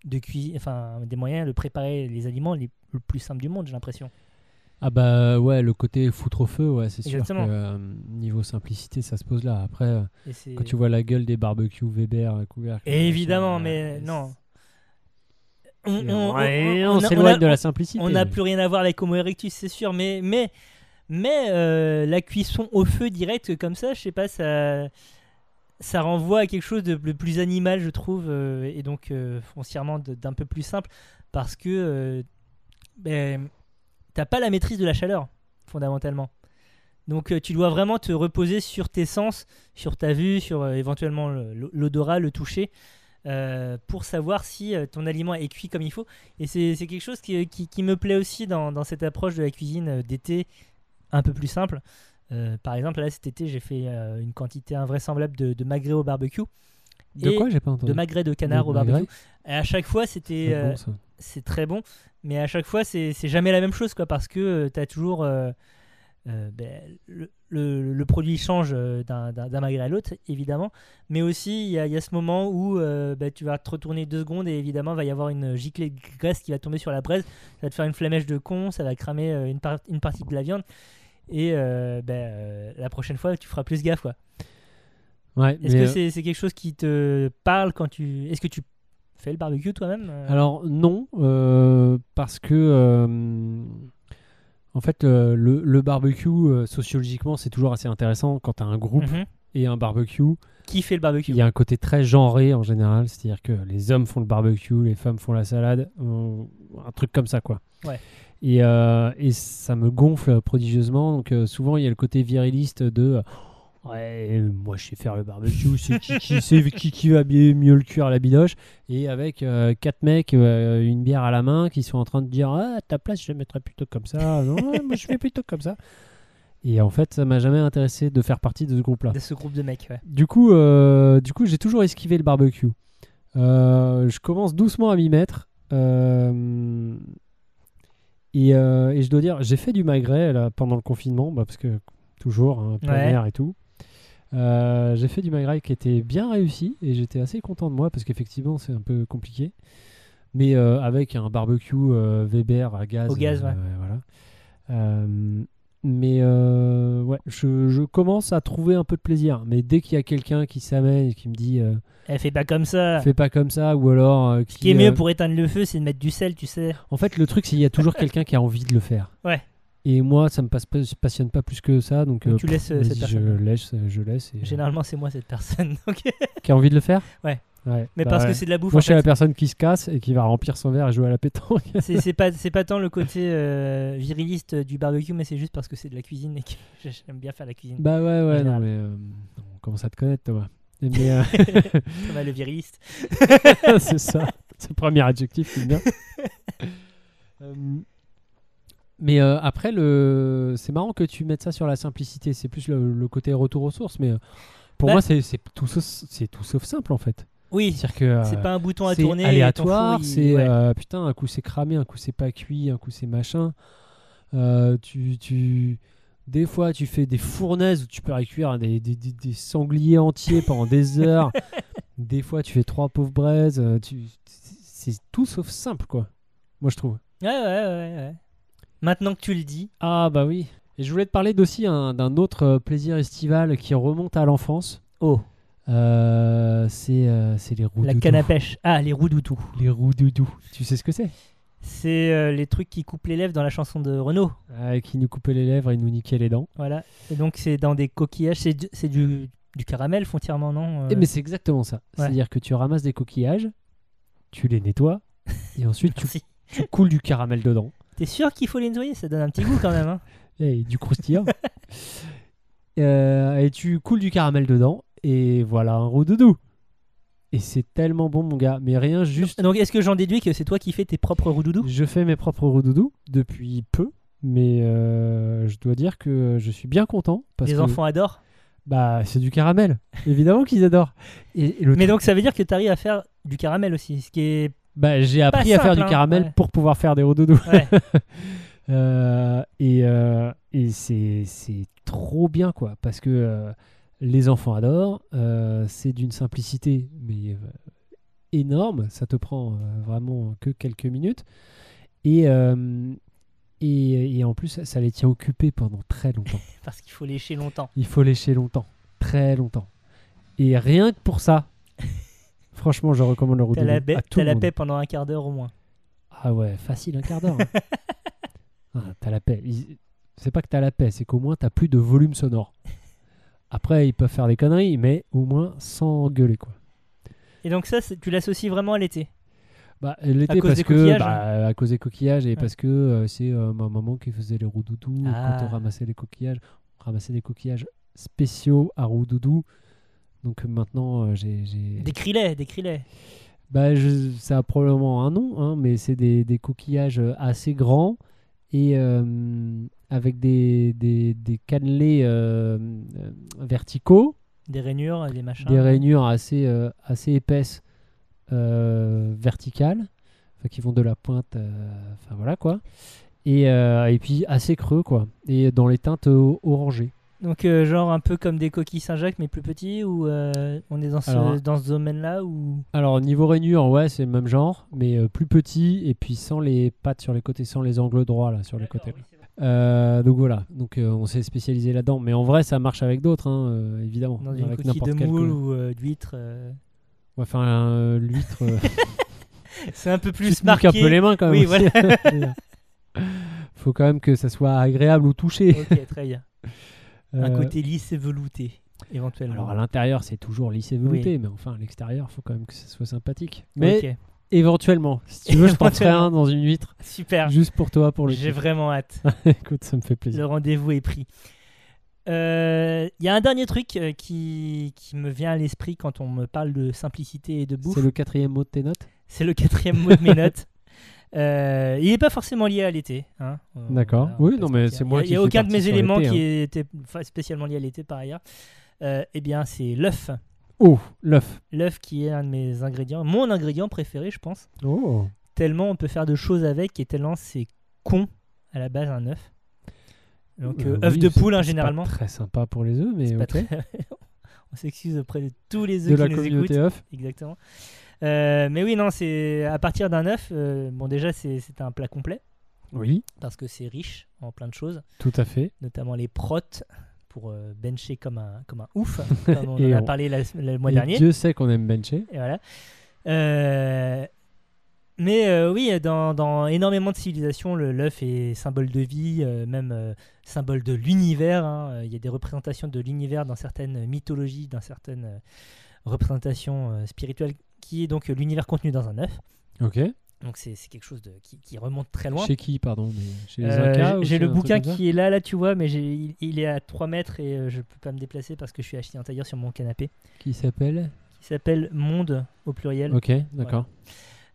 Speaker 2: de cuisiner, enfin, un des moyens de préparer les aliments les, le plus simple du monde, j'ai l'impression.
Speaker 1: Ah bah ouais, le côté foutre au feu, ouais, c'est sûr que
Speaker 2: Exactement.
Speaker 1: euh, niveau simplicité, ça se pose là. Après, euh,
Speaker 2: Et c'est-
Speaker 1: quand tu vois la gueule des barbecues Weber euh, couverts...
Speaker 2: Évidemment, mais non. On,
Speaker 1: On,
Speaker 2: on-
Speaker 1: ouais,
Speaker 2: on-
Speaker 1: on
Speaker 2: on a-
Speaker 1: s'éloigne
Speaker 2: on a-
Speaker 1: de la simplicité.
Speaker 2: On n'a
Speaker 1: mais-
Speaker 2: plus rien à voir avec Homo erectus, c'est sûr, mais, mais, mais euh, la cuisson au feu direct comme ça, je sais pas, ça, ça renvoie à quelque chose de, de plus animal, je trouve, euh, et donc euh, foncièrement de- d'un peu plus simple, parce que euh, ben, t'as pas la maîtrise de la chaleur, fondamentalement. Donc euh, tu dois vraiment te reposer sur tes sens, sur ta vue, sur euh, éventuellement le- l'odorat, le toucher, euh, pour savoir si euh, ton aliment est cuit comme il faut. Et c'est c'est quelque chose qui, qui- qui me plaît aussi dans, dans cette approche de la cuisine euh, d'été un peu plus simple. Euh, par exemple, là cet été, j'ai fait euh, une quantité invraisemblable de, de magret au barbecue,
Speaker 1: De
Speaker 2: et
Speaker 1: quoi j'ai pas entendu
Speaker 2: de magret de canard
Speaker 1: De
Speaker 2: au barbecue.
Speaker 1: magret
Speaker 2: Et à chaque fois, c'était
Speaker 1: C'est
Speaker 2: euh,
Speaker 1: bon, ça.
Speaker 2: c'est très bon, mais à chaque fois, c'est c'est jamais la même chose, quoi, parce que tu as toujours. euh, euh, ben, le, le- le produit change euh, d'un d'un- d'un magret à l'autre, évidemment, mais aussi il y, a- il y a ce moment où euh, ben, tu vas te retourner deux secondes et évidemment il va y avoir une giclée de graisse qui va tomber sur la braise, ça va te faire une flamèche de con, ça va cramer euh, une, par- une partie de la viande, et euh, ben, euh, la prochaine fois tu feras plus gaffe. quoi.
Speaker 1: Ouais,
Speaker 2: Est-ce
Speaker 1: mais, euh,
Speaker 2: que c'est c'est quelque chose qui te parle quand tu. Est-ce que tu fais le barbecue toi-même euh,
Speaker 1: Alors non, euh, parce que euh, en fait euh, le, le barbecue euh, sociologiquement c'est toujours assez intéressant quand tu as un groupe
Speaker 2: mhm.
Speaker 1: et un barbecue.
Speaker 2: Qui fait le barbecue
Speaker 1: Il y a un côté très genré en général, c'est-à-dire que les hommes font le barbecue, les femmes font la salade, euh, un truc comme ça quoi.
Speaker 2: Ouais.
Speaker 1: Et, euh, et ça me gonfle prodigieusement. Donc euh, souvent il y a le côté viriliste de euh, ouais moi je sais faire le barbecue, c'est qui qui, c'est qui, qui va bien- mieux le cuire à la bidoche. Et avec euh, quatre mecs, euh, une bière à la main, qui sont en train de dire ah, à ta place je la mettrais plutôt comme ça, non ouais, moi je fais plutôt comme ça. Et en fait ça m'a jamais intéressé de faire partie de ce groupe là.
Speaker 2: De ce groupe de mecs, ouais.
Speaker 1: Du coup, euh, du coup, j'ai toujours esquivé le barbecue. Euh, je commence doucement à m'y mettre. euh, et, euh, et je dois dire, j'ai fait du magret là, pendant le confinement, bah, parce que toujours, hein, plein
Speaker 2: Ouais.
Speaker 1: air et tout. Euh, j'ai fait du magret qui était bien réussi et j'étais assez content de moi parce qu'effectivement c'est un peu compliqué. Mais euh, avec un barbecue euh, Weber à gaz. euh,
Speaker 2: Au gaz, ouais.
Speaker 1: voilà. Euh, mais euh, ouais, je, je commence à trouver un peu de plaisir. Mais dès qu'il y a quelqu'un qui s'amène et qui me dit euh,
Speaker 2: Elle fait pas comme ça.
Speaker 1: fais pas comme ça, ou alors euh, qui,
Speaker 2: Ah. Ce qui est mieux
Speaker 1: euh,
Speaker 2: pour éteindre le feu, c'est de mettre du sel, tu sais.
Speaker 1: En fait, le truc, c'est qu'il y a toujours quelqu'un qui a envie de le faire.
Speaker 2: Ouais.
Speaker 1: Et moi, ça me passe pas- passionne pas plus que ça, donc,
Speaker 2: Donc
Speaker 1: euh,
Speaker 2: tu laisses euh,
Speaker 1: vas-y,
Speaker 2: cette
Speaker 1: je
Speaker 2: personne.
Speaker 1: laisse, je laisse. et, euh,
Speaker 2: Généralement, c'est moi cette personne. donc.
Speaker 1: qui a envie de le faire.
Speaker 2: Ouais.
Speaker 1: Ouais,
Speaker 2: Mais
Speaker 1: bah
Speaker 2: parce
Speaker 1: ouais.
Speaker 2: que c'est de la bouffe.
Speaker 1: Moi,
Speaker 2: en
Speaker 1: je suis la
Speaker 2: fait.
Speaker 1: personne qui se casse et qui va remplir son verre et jouer à la pétanque.
Speaker 2: C'est c'est pas, c'est pas tant le côté euh, viriliste du barbecue, mais c'est juste parce que c'est de la cuisine et que j'aime bien faire la cuisine.
Speaker 1: bah ouais, ouais, non,
Speaker 2: Général.
Speaker 1: mais euh, on commence à te connaître, Thomas. Et Mais euh,
Speaker 2: Pas mal le viriliste.
Speaker 1: c'est ça, c'est le premier adjectif qui me vient. Euh, Mais euh, après, le... c'est marrant que tu mettes ça sur la simplicité. C'est plus le, le côté retour aux sources. Mais euh, pour
Speaker 2: Bah-
Speaker 1: moi, c'est c'est tout, sauf- c'est tout sauf simple en fait.
Speaker 2: Oui,
Speaker 1: C'est-à-dire que
Speaker 2: c'est
Speaker 1: euh,
Speaker 2: pas un bouton à
Speaker 1: c'est
Speaker 2: tourner. et ton
Speaker 1: aléatoire,
Speaker 2: four, il-
Speaker 1: c'est
Speaker 2: ouais.
Speaker 1: euh, putain, un coup c'est cramé, un coup c'est pas cuit, un coup c'est machin. Euh, tu, tu, des fois tu fais des fournaises où tu peux récuire des, des, des- des sangliers entiers pendant des heures. Des fois tu fais trois pauvres braises. euh, Tu, c'est tout sauf simple quoi. Moi je trouve.
Speaker 2: Ouais, ouais, ouais, ouais. Maintenant que tu le dis,
Speaker 1: Ah bah oui. Et je voulais te parler d'aussi un- d'un autre euh, plaisir estival qui remonte à l'enfance.
Speaker 2: oh,
Speaker 1: Euh, c'est euh, c'est les roues
Speaker 2: la
Speaker 1: doudou.
Speaker 2: canne à pêche. Ah, les roudoutou.
Speaker 1: Les roues doudou. Tu sais ce que c'est
Speaker 2: C'est euh, les trucs qui coupent les lèvres dans la chanson de Renaud.
Speaker 1: Ah, qui nous coupait les lèvres et nous niquait les dents.
Speaker 2: Voilà. Et donc, c'est dans des coquillages. C'est du, c'est du, du caramel, font entièrement, non euh,
Speaker 1: Eh, Mais c'est exactement ça. C'est-à-dire que tu ramasses des coquillages, tu les nettoies, et ensuite tu,
Speaker 2: Merci.
Speaker 1: tu coules du caramel dedans.
Speaker 2: T'es sûr qu'il faut les nettoyer Ça donne un petit goût quand même. hein.
Speaker 1: Eh, Et du croustillant. Euh, et tu coules du caramel dedans, et voilà un roux doudou. Et c'est tellement bon, mon gars. Mais rien, juste.
Speaker 2: Donc, est-ce que j'en déduis que c'est toi qui fais tes propres roudoudous
Speaker 1: Je fais mes propres roux doudou depuis peu, mais euh, je dois dire que je suis bien content. Parce
Speaker 2: Les
Speaker 1: que,
Speaker 2: enfants adorent.
Speaker 1: Bah, c'est du caramel. Évidemment qu'ils adorent. Et, et le
Speaker 2: Mais donc, ça veut dire que t'arrives à faire du caramel aussi, ce qui est.
Speaker 1: Bah, j'ai appris à
Speaker 2: simple,
Speaker 1: faire du
Speaker 2: hein,
Speaker 1: caramel
Speaker 2: ouais.
Speaker 1: pour pouvoir faire des rodoudous.
Speaker 2: Ouais.
Speaker 1: Euh, et euh, et c'est c'est trop bien, quoi. Parce que euh, les enfants adorent. euh, c'est d'une simplicité, mais euh, énorme. Ça te prend euh, vraiment que quelques minutes. Et, euh, et, et en plus, ça, ça les tient occupés pendant très longtemps.
Speaker 2: Parce qu'il faut lécher longtemps.
Speaker 1: Il faut lécher longtemps. Très longtemps. Et rien que pour ça, franchement, je recommande le
Speaker 2: T'as
Speaker 1: rodoudou
Speaker 2: la, baie-
Speaker 1: à tout
Speaker 2: t'as
Speaker 1: le
Speaker 2: la
Speaker 1: monde.
Speaker 2: paix pendant un quart d'heure au moins.
Speaker 1: Ah ouais, facile, un quart d'heure. hein. Ah, t'as la paix. Ils- C'est pas que t'as la paix, c'est qu'au moins t'as plus de volume sonore. Après, ils peuvent faire des conneries, mais au moins sans gueuler, quoi.
Speaker 2: Et donc, ça, c'est- tu l'associes vraiment à l'été.
Speaker 1: Bah,
Speaker 2: À
Speaker 1: l'été,
Speaker 2: cause
Speaker 1: parce
Speaker 2: des
Speaker 1: que.
Speaker 2: coquillages, hein.
Speaker 1: Bah, à cause des coquillages et parce que euh, c'est euh, ma maman qui faisait les roux-doudous. et
Speaker 2: Ah.
Speaker 1: Quand on ramassait les coquillages, on ramassait des coquillages spéciaux à roux-doudou. Donc maintenant, euh, j'ai. j'ai-
Speaker 2: Des crilets, des crilets.
Speaker 1: Bah, je- ça a probablement un nom, hein, mais c'est des, des coquillages euh, assez grands et euh, avec des, des, des cannelés euh, euh, verticaux,
Speaker 2: Des rainures, des machins.
Speaker 1: des rainures assez, euh, assez épaisses euh, verticales, enfin, qui vont de la pointe, euh, enfin voilà quoi, et, euh, et puis assez creux quoi, et dans les teintes euh, orangées.
Speaker 2: Donc, euh, genre un peu comme des coquilles Saint-Jacques, mais plus petits, ou euh, on est dans ce,
Speaker 1: Alors,
Speaker 2: dans ce domaine-là ou
Speaker 1: Alors niveau rainure, ouais, c'est le même genre, mais euh, plus petit et puis sans les pattes sur les côtés, sans les angles droits là sur les côtés. Euh, donc voilà, donc euh, on s'est spécialisé là-dedans, mais en vrai ça marche avec d'autres, hein, euh, évidemment.
Speaker 2: dans une
Speaker 1: avec
Speaker 2: coquille de
Speaker 1: n'importe quel
Speaker 2: moule
Speaker 1: couleur.
Speaker 2: ou euh, d'huître euh,
Speaker 1: Ouais, enfin, un, euh, l'huître. euh,
Speaker 2: C'est un peu
Speaker 1: Tu
Speaker 2: plus
Speaker 1: te niques
Speaker 2: marqué.
Speaker 1: un peu les mains quand même.
Speaker 2: Oui,
Speaker 1: aussi.
Speaker 2: voilà.
Speaker 1: Faut quand même que ça soit agréable ou touché.
Speaker 2: ok, très bien. Un
Speaker 1: Euh,
Speaker 2: côté lisse et velouté, éventuellement.
Speaker 1: Alors à l'intérieur, c'est toujours lisse et velouté, mais enfin à l'extérieur, faut quand même que ça soit sympathique. Mais
Speaker 2: Ok,
Speaker 1: éventuellement, si tu veux, je t'en ferai un dans une huître,
Speaker 2: super.
Speaker 1: juste pour toi, pour le.
Speaker 2: J'ai
Speaker 1: kiff.
Speaker 2: vraiment hâte.
Speaker 1: Écoute, ça me fait plaisir.
Speaker 2: Le rendez-vous est pris. Euh, Il y a un dernier truc euh, qui, qui me vient à l'esprit quand on me parle de simplicité et de bouffe.
Speaker 1: C'est le quatrième mot de tes notes.
Speaker 2: C'est le quatrième mot de mes notes. Euh, il n'est pas forcément lié à l'été. hein. Euh,
Speaker 1: D'accord.
Speaker 2: on va
Speaker 1: Oui,
Speaker 2: pas
Speaker 1: non,
Speaker 2: se
Speaker 1: mais
Speaker 2: mentir.
Speaker 1: c'est moi
Speaker 2: Il y a- Il n'y
Speaker 1: qui
Speaker 2: a
Speaker 1: fais
Speaker 2: aucun de
Speaker 1: partie
Speaker 2: mes
Speaker 1: sur
Speaker 2: éléments
Speaker 1: l'été, hein.
Speaker 2: qui était enfin, spécialement lié à l'été par ailleurs. Euh, eh bien, c'est l'œuf.
Speaker 1: Oh, l'œuf.
Speaker 2: L'œuf qui est un de mes ingrédients, mon ingrédient préféré, je pense.
Speaker 1: Oh.
Speaker 2: Tellement on peut faire de choses avec et tellement c'est con à la base un œuf. Donc,
Speaker 1: Euh,
Speaker 2: euh, œuf
Speaker 1: oui,
Speaker 2: de
Speaker 1: c'est-
Speaker 2: poule, hein,
Speaker 1: c'est pas
Speaker 2: généralement.
Speaker 1: Très sympa pour les œufs, mais
Speaker 2: C'est pas
Speaker 1: ok.
Speaker 2: très- on s'excuse auprès de tous les
Speaker 1: de
Speaker 2: œufs
Speaker 1: la
Speaker 2: qui nous écoutent.
Speaker 1: communauté œuf.
Speaker 2: Exactement. Euh, mais oui, non, c'est à partir d'un œuf. euh, bon, déjà, c'est c'est un plat complet
Speaker 1: Oui,
Speaker 2: parce que c'est riche en plein de choses,
Speaker 1: tout à fait.
Speaker 2: notamment les protes pour euh, bencher comme un, comme un ouf, comme on
Speaker 1: Et
Speaker 2: en a
Speaker 1: on-
Speaker 2: parlé la- le mois
Speaker 1: Et
Speaker 2: dernier.
Speaker 1: Dieu sait qu'on aime bencher.
Speaker 2: Et voilà. Euh, mais euh, oui, dans, dans énormément de civilisations, le- l'œuf est symbole de vie, euh, même euh, symbole de l'univers. hein. Euh, Il y a des représentations de l'univers dans certaines mythologies, dans certaines euh, représentations euh, spirituelles, qui est donc euh, l'univers contenu dans un œuf.
Speaker 1: Ok.
Speaker 2: Donc c'est c'est quelque chose de- qui, qui remonte très loin.
Speaker 1: Chez qui, pardon mais Chez les
Speaker 2: Euh,
Speaker 1: Incas
Speaker 2: j'ai-
Speaker 1: ou
Speaker 2: J'ai
Speaker 1: chez
Speaker 2: le
Speaker 1: un truc
Speaker 2: bouquin
Speaker 1: comme ça
Speaker 2: qui est là, là tu vois, mais j'ai- il, il est à 3 mètres et euh, je peux pas me déplacer parce que je suis assis en tailleur sur mon canapé,
Speaker 1: qui s'appelle.
Speaker 2: qui s'appelle Monde au pluriel.
Speaker 1: Ok, d'accord.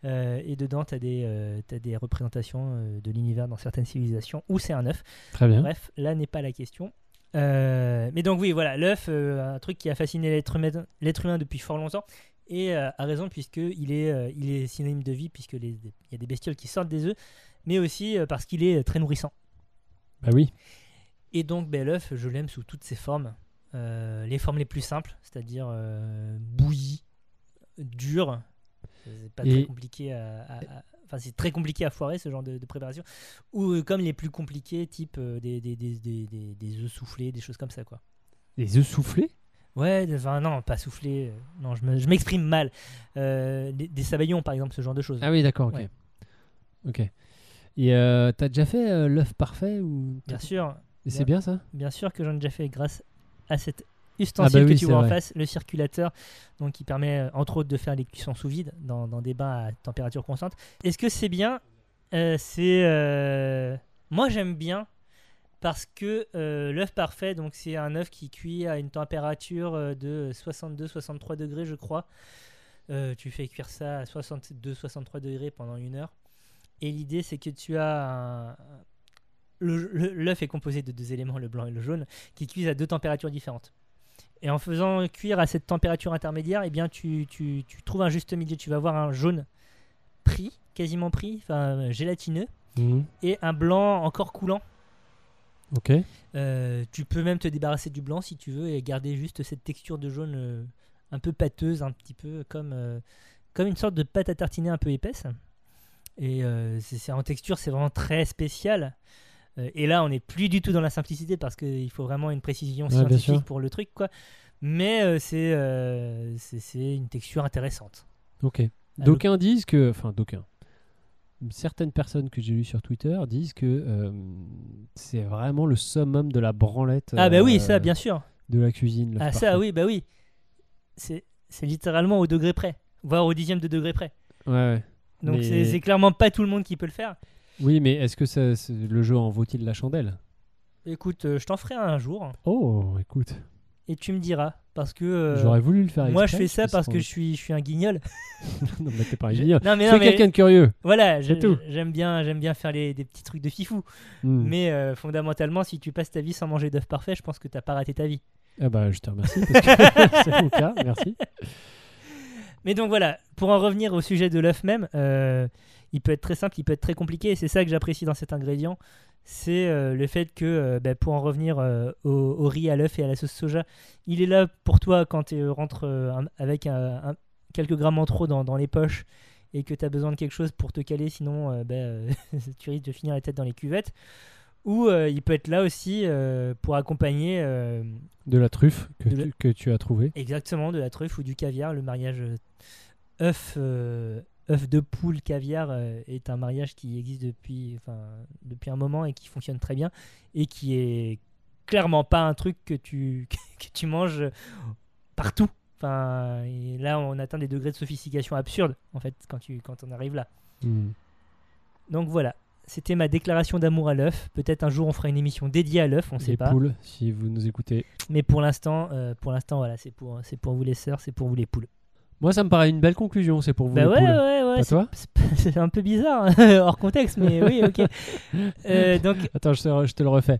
Speaker 2: Euh, et dedans, tu as, des représentations euh, de l'univers dans certaines civilisations où c'est un œuf.
Speaker 1: Très bien.
Speaker 2: Bref, là n'est pas la question. Euh, mais donc oui, voilà, l'œuf, euh, un truc qui a fasciné l'être humain, l'être humain depuis fort longtemps, et euh, à raison puisqu'il est, euh, il est synonyme de vie, puisque les- il y a des bestioles qui sortent des œufs, mais aussi euh, parce qu'il est euh, très nourrissant.
Speaker 1: Bah oui.
Speaker 2: Et donc, ben, l'œuf, je l'aime sous toutes ses formes. Euh, les formes les plus simples, c'est-à-dire euh, bouilli, dur. C'est pas très
Speaker 1: Et-
Speaker 2: compliqué à. à- à- Enfin, c'est très compliqué à foirer ce genre de, de préparation. Ou euh, comme les plus compliqués, type euh, des, des, des, des, des- des œufs soufflés, des choses comme ça, quoi.
Speaker 1: Les œufs soufflés
Speaker 2: Ouais, enfin, non, pas soufflés. euh, Non, je me- je m'exprime mal. Euh, des, des sabayons, par exemple, ce genre de choses.
Speaker 1: Ah oui, d'accord, ok.
Speaker 2: Ouais.
Speaker 1: Ok. Et euh, t'as déjà fait euh, l'œuf parfait ou...
Speaker 2: Bien sûr,
Speaker 1: Et c'est bien ça
Speaker 2: Bien sûr que j'en ai déjà fait grâce à cet ustensile
Speaker 1: Ah bah oui,
Speaker 2: que tu
Speaker 1: c'est
Speaker 2: vois en
Speaker 1: vrai.
Speaker 2: face, le circulateur, donc qui permet euh, entre autres de faire des cuissons sous vide dans, dans des bains à température constante. Est-ce que c'est bien Euh, C'est euh, moi j'aime bien parce que euh, l'œuf parfait, donc c'est un œuf qui cuit à une température euh, de 62-63 degrés, je crois. Euh, tu fais cuire ça à 62-63 degrés pendant une heure. Et l'idée, c'est que tu as un- le- le- L'œuf est composé de deux éléments, le blanc et le jaune, qui cuisent à deux températures différentes. Et en faisant cuire à cette température intermédiaire, eh bien, tu, tu- tu trouves un juste milieu. Tu vas avoir un jaune pris, quasiment pris, enfin euh, gélatineux, et un blanc encore coulant.
Speaker 1: Mmh. Ok.
Speaker 2: Euh, tu peux même te débarrasser du blanc si tu veux et garder juste cette texture de jaune euh, un peu pâteuse, un petit peu comme, euh, comme une sorte de pâte à tartiner un peu épaisse. Et euh, c'est c'est- en texture, c'est vraiment très spécial. Euh, et là, on n'est plus du tout dans la simplicité parce qu'il faut vraiment une précision
Speaker 1: Ouais, bien
Speaker 2: scientifique
Speaker 1: sûr.
Speaker 2: pour le truc, quoi. Mais euh, c'est euh, c'est- c'est une texture intéressante.
Speaker 1: Ok. D'aucuns disent que. Enfin, d'aucuns. Certaines personnes que j'ai lues sur Twitter disent que euh, c'est vraiment le summum de la branlette
Speaker 2: ah bah oui,
Speaker 1: euh,
Speaker 2: ça, bien sûr.
Speaker 1: de la cuisine. l'œuf
Speaker 2: Ah
Speaker 1: parfait.
Speaker 2: ça, oui, bah oui. C'est c'est littéralement au degré près, voire au dixième de degré près.
Speaker 1: Ouais, ouais.
Speaker 2: Donc
Speaker 1: Mais-
Speaker 2: c'est- c'est clairement pas tout le monde qui peut le faire.
Speaker 1: Oui, mais est-ce que ça- c'est- le jeu en vaut-il la chandelle
Speaker 2: Écoute, euh, je t'en ferai un jour
Speaker 1: Oh, écoute,
Speaker 2: et tu me diras parce que euh,
Speaker 1: j'aurais voulu le faire.
Speaker 2: moi je
Speaker 1: exprès,
Speaker 2: fais ça
Speaker 1: mais
Speaker 2: parce
Speaker 1: sans
Speaker 2: que je suis, je suis un guignol.
Speaker 1: doute. non, mais t'es pas un
Speaker 2: Je-
Speaker 1: idiot.
Speaker 2: Non mais
Speaker 1: Je
Speaker 2: non
Speaker 1: suis
Speaker 2: mais
Speaker 1: quelqu'un de curieux.
Speaker 2: voilà, je-
Speaker 1: C'est tout.
Speaker 2: j'aime bien j'aime bien faire les, des petits trucs de fifou.
Speaker 1: Hmm.
Speaker 2: Mais euh, fondamentalement, si tu passes ta vie sans manger d'œufs parfaits, je pense que t'as pas raté ta vie.
Speaker 1: Ah bah, je te remercie parce que c'est mon cas. Merci.
Speaker 2: Mais donc voilà, pour en revenir au sujet de l'œuf même, euh, il peut être très simple, il peut être très compliqué, et c'est ça que j'apprécie dans cet ingrédient, c'est euh, le fait que, euh, bah, pour en revenir euh, au, au riz, à l'œuf et à la sauce soja, il est là pour toi quand tu rentres euh, un- avec un- un- quelques grammes en trop dans, dans les poches et que tu as besoin de quelque chose pour te caler, sinon euh, bah, euh, tu risques de finir la tête dans les cuvettes. Ou euh, il peut être là aussi euh, pour accompagner euh,
Speaker 1: De la truffe que,
Speaker 2: De la-
Speaker 1: tu, que tu as trouvée.
Speaker 2: Exactement, de la truffe ou du caviar, le mariage euh, œuf, euh, œuf de poule caviar euh, est un mariage qui existe depuis, enfin, depuis un moment et qui fonctionne très bien et qui est clairement pas un truc que tu, que tu manges partout. Enfin, et là, on atteint des degrés de sophistication absurdes en fait quand, tu, quand on arrive là.
Speaker 1: Hmm.
Speaker 2: Donc voilà, c'était ma déclaration d'amour à l'œuf. Peut-être un jour on fera une émission dédiée à l'œuf, on sait
Speaker 1: Les
Speaker 2: pas.
Speaker 1: poules, si vous nous écoutez.
Speaker 2: Mais pour l'instant, euh, pour l'instant voilà, c'est pour, c'est pour vous les sœurs, c'est pour vous les poules.
Speaker 1: Moi, ça me paraît une belle conclusion, c'est pour vous.
Speaker 2: bah
Speaker 1: les
Speaker 2: ouais,
Speaker 1: poules.
Speaker 2: ouais, ouais,
Speaker 1: Pas
Speaker 2: c'est-
Speaker 1: toi
Speaker 2: c'est- c'est un peu bizarre hein, hors contexte, mais oui, ok. Euh, donc
Speaker 1: Attends, je te, je te le refais.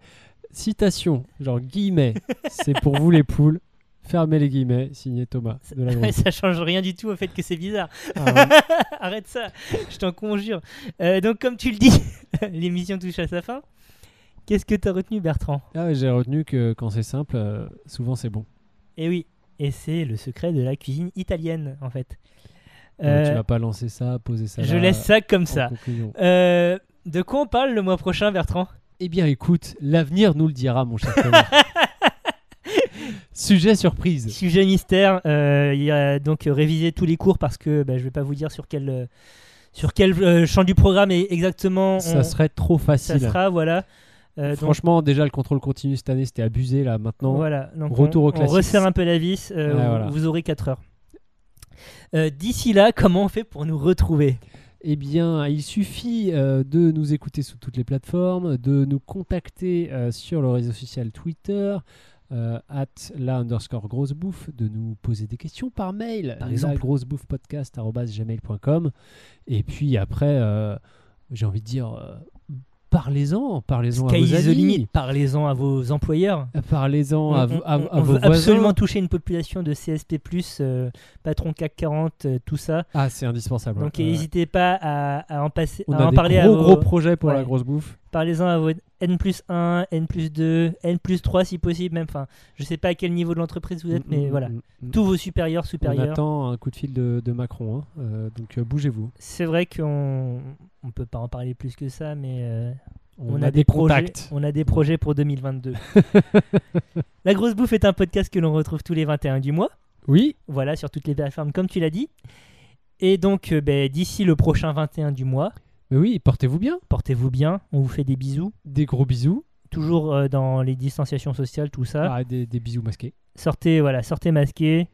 Speaker 1: Citation, genre guillemets, c'est pour vous les poules. Fermez les guillemets, signé Thomas de la Grande.
Speaker 2: Ouais, ça change rien du tout au fait que c'est bizarre.
Speaker 1: Ah, ouais.
Speaker 2: Arrête ça, je t'en conjure. Euh, donc, comme tu le dis, l'émission touche à sa fin. Qu'est-ce que t'as retenu, Bertrand
Speaker 1: Ah ouais, J'ai retenu que quand c'est simple, euh, souvent c'est bon.
Speaker 2: Eh oui, et c'est le secret de la cuisine italienne, en fait.
Speaker 1: Euh,
Speaker 2: Euh,
Speaker 1: tu vas pas lancer ça, poser ça.
Speaker 2: je
Speaker 1: là,
Speaker 2: laisse ça comme
Speaker 1: en
Speaker 2: ça.
Speaker 1: conclusion.
Speaker 2: Euh, de quoi on parle le mois prochain, Bertrand
Speaker 1: Eh bien, écoute, l'avenir nous le dira, mon cher Thomas. Sujet surprise.
Speaker 2: Sujet mystère. euh, il y a donc euh, révisé tous les cours parce que bah, je vais pas vous dire sur quel, euh, sur quel euh, champ du programme est exactement on-
Speaker 1: Ça serait trop
Speaker 2: ça
Speaker 1: facile.
Speaker 2: sera. Voilà. Euh, donc,
Speaker 1: Franchement, déjà le contrôle continu cette année, c'était abusé là. Maintenant,
Speaker 2: Voilà, donc
Speaker 1: Retour
Speaker 2: on,
Speaker 1: au
Speaker 2: on
Speaker 1: classique.
Speaker 2: resserre un peu la vis, euh,
Speaker 1: Ouais,
Speaker 2: vous-
Speaker 1: voilà.
Speaker 2: vous aurez 4 heures. Euh, D'ici là, comment on fait pour nous retrouver
Speaker 1: Eh bien, il suffit euh, de nous écouter sur toutes les plateformes, de nous contacter euh, sur le réseau social Twitter, euh, at la underscore grosse bouffe, de nous poser des questions par mail,
Speaker 2: Par exemple.
Speaker 1: grossebouffepodcast.gmail.com. Et puis après, euh, j'ai envie de dire, euh, parlez-en, parlez-en à
Speaker 2: Sky is
Speaker 1: vos
Speaker 2: the
Speaker 1: amis,
Speaker 2: limit, parlez-en à vos employeurs.
Speaker 1: parlez-en à,
Speaker 2: on
Speaker 1: vo- à-
Speaker 2: on-
Speaker 1: à
Speaker 2: on
Speaker 1: vos
Speaker 2: veut
Speaker 1: voisins.
Speaker 2: absolument toucher une population de CSP+, euh, patron CAC 40, euh, tout ça.
Speaker 1: Ah, c'est indispensable.
Speaker 2: Donc
Speaker 1: ouais.
Speaker 2: n'hésitez pas à, à en, passer,
Speaker 1: on
Speaker 2: à
Speaker 1: a
Speaker 2: en
Speaker 1: des
Speaker 2: parler
Speaker 1: gros
Speaker 2: à
Speaker 1: gros
Speaker 2: vos...
Speaker 1: projets pour la
Speaker 2: Ouais.
Speaker 1: grosse bouffe.
Speaker 2: Parlez-en à vos N plus 1, N plus 2, N plus 3 si possible. Même, enfin, je sais pas à quel niveau de l'entreprise vous êtes,
Speaker 1: Mm,
Speaker 2: mais
Speaker 1: mm,
Speaker 2: voilà.
Speaker 1: mm, mm.
Speaker 2: Tous vos supérieurs,
Speaker 1: On
Speaker 2: supérieurs.
Speaker 1: attend un coup de fil de, de Macron, hein. Euh, donc euh, bougez-vous.
Speaker 2: C'est vrai qu'on on peut pas en parler plus que ça, mais euh,
Speaker 1: On, a, des,
Speaker 2: projets,
Speaker 1: contacts.
Speaker 2: on a des projets pour 2022. La grosse bouffe est un podcast que l'on retrouve tous les 21 du mois,
Speaker 1: Oui,
Speaker 2: voilà sur toutes les plateformes comme tu l'as dit. Et donc euh, ben, d'ici le prochain 21 du mois,
Speaker 1: mais oui, portez-vous bien.
Speaker 2: portez-vous bien, on vous fait des bisous,
Speaker 1: Des gros bisous,
Speaker 2: toujours euh, dans les distanciations sociales, tout ça.
Speaker 1: Ah, des, des bisous masqués.
Speaker 2: Sortez voilà, sortez masqués.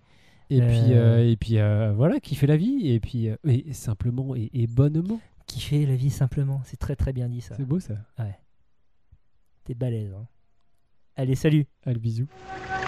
Speaker 1: Et
Speaker 2: Euh.
Speaker 1: puis, euh, et puis euh, voilà, kiffez la vie. Et puis, euh, et simplement et, et bonnement.
Speaker 2: Kiffez la vie simplement, c'est très très bien dit ça.
Speaker 1: C'est beau ça.
Speaker 2: T'es balèze. hein. Allez, salut.
Speaker 1: Allez, bisous.
Speaker 3: Dove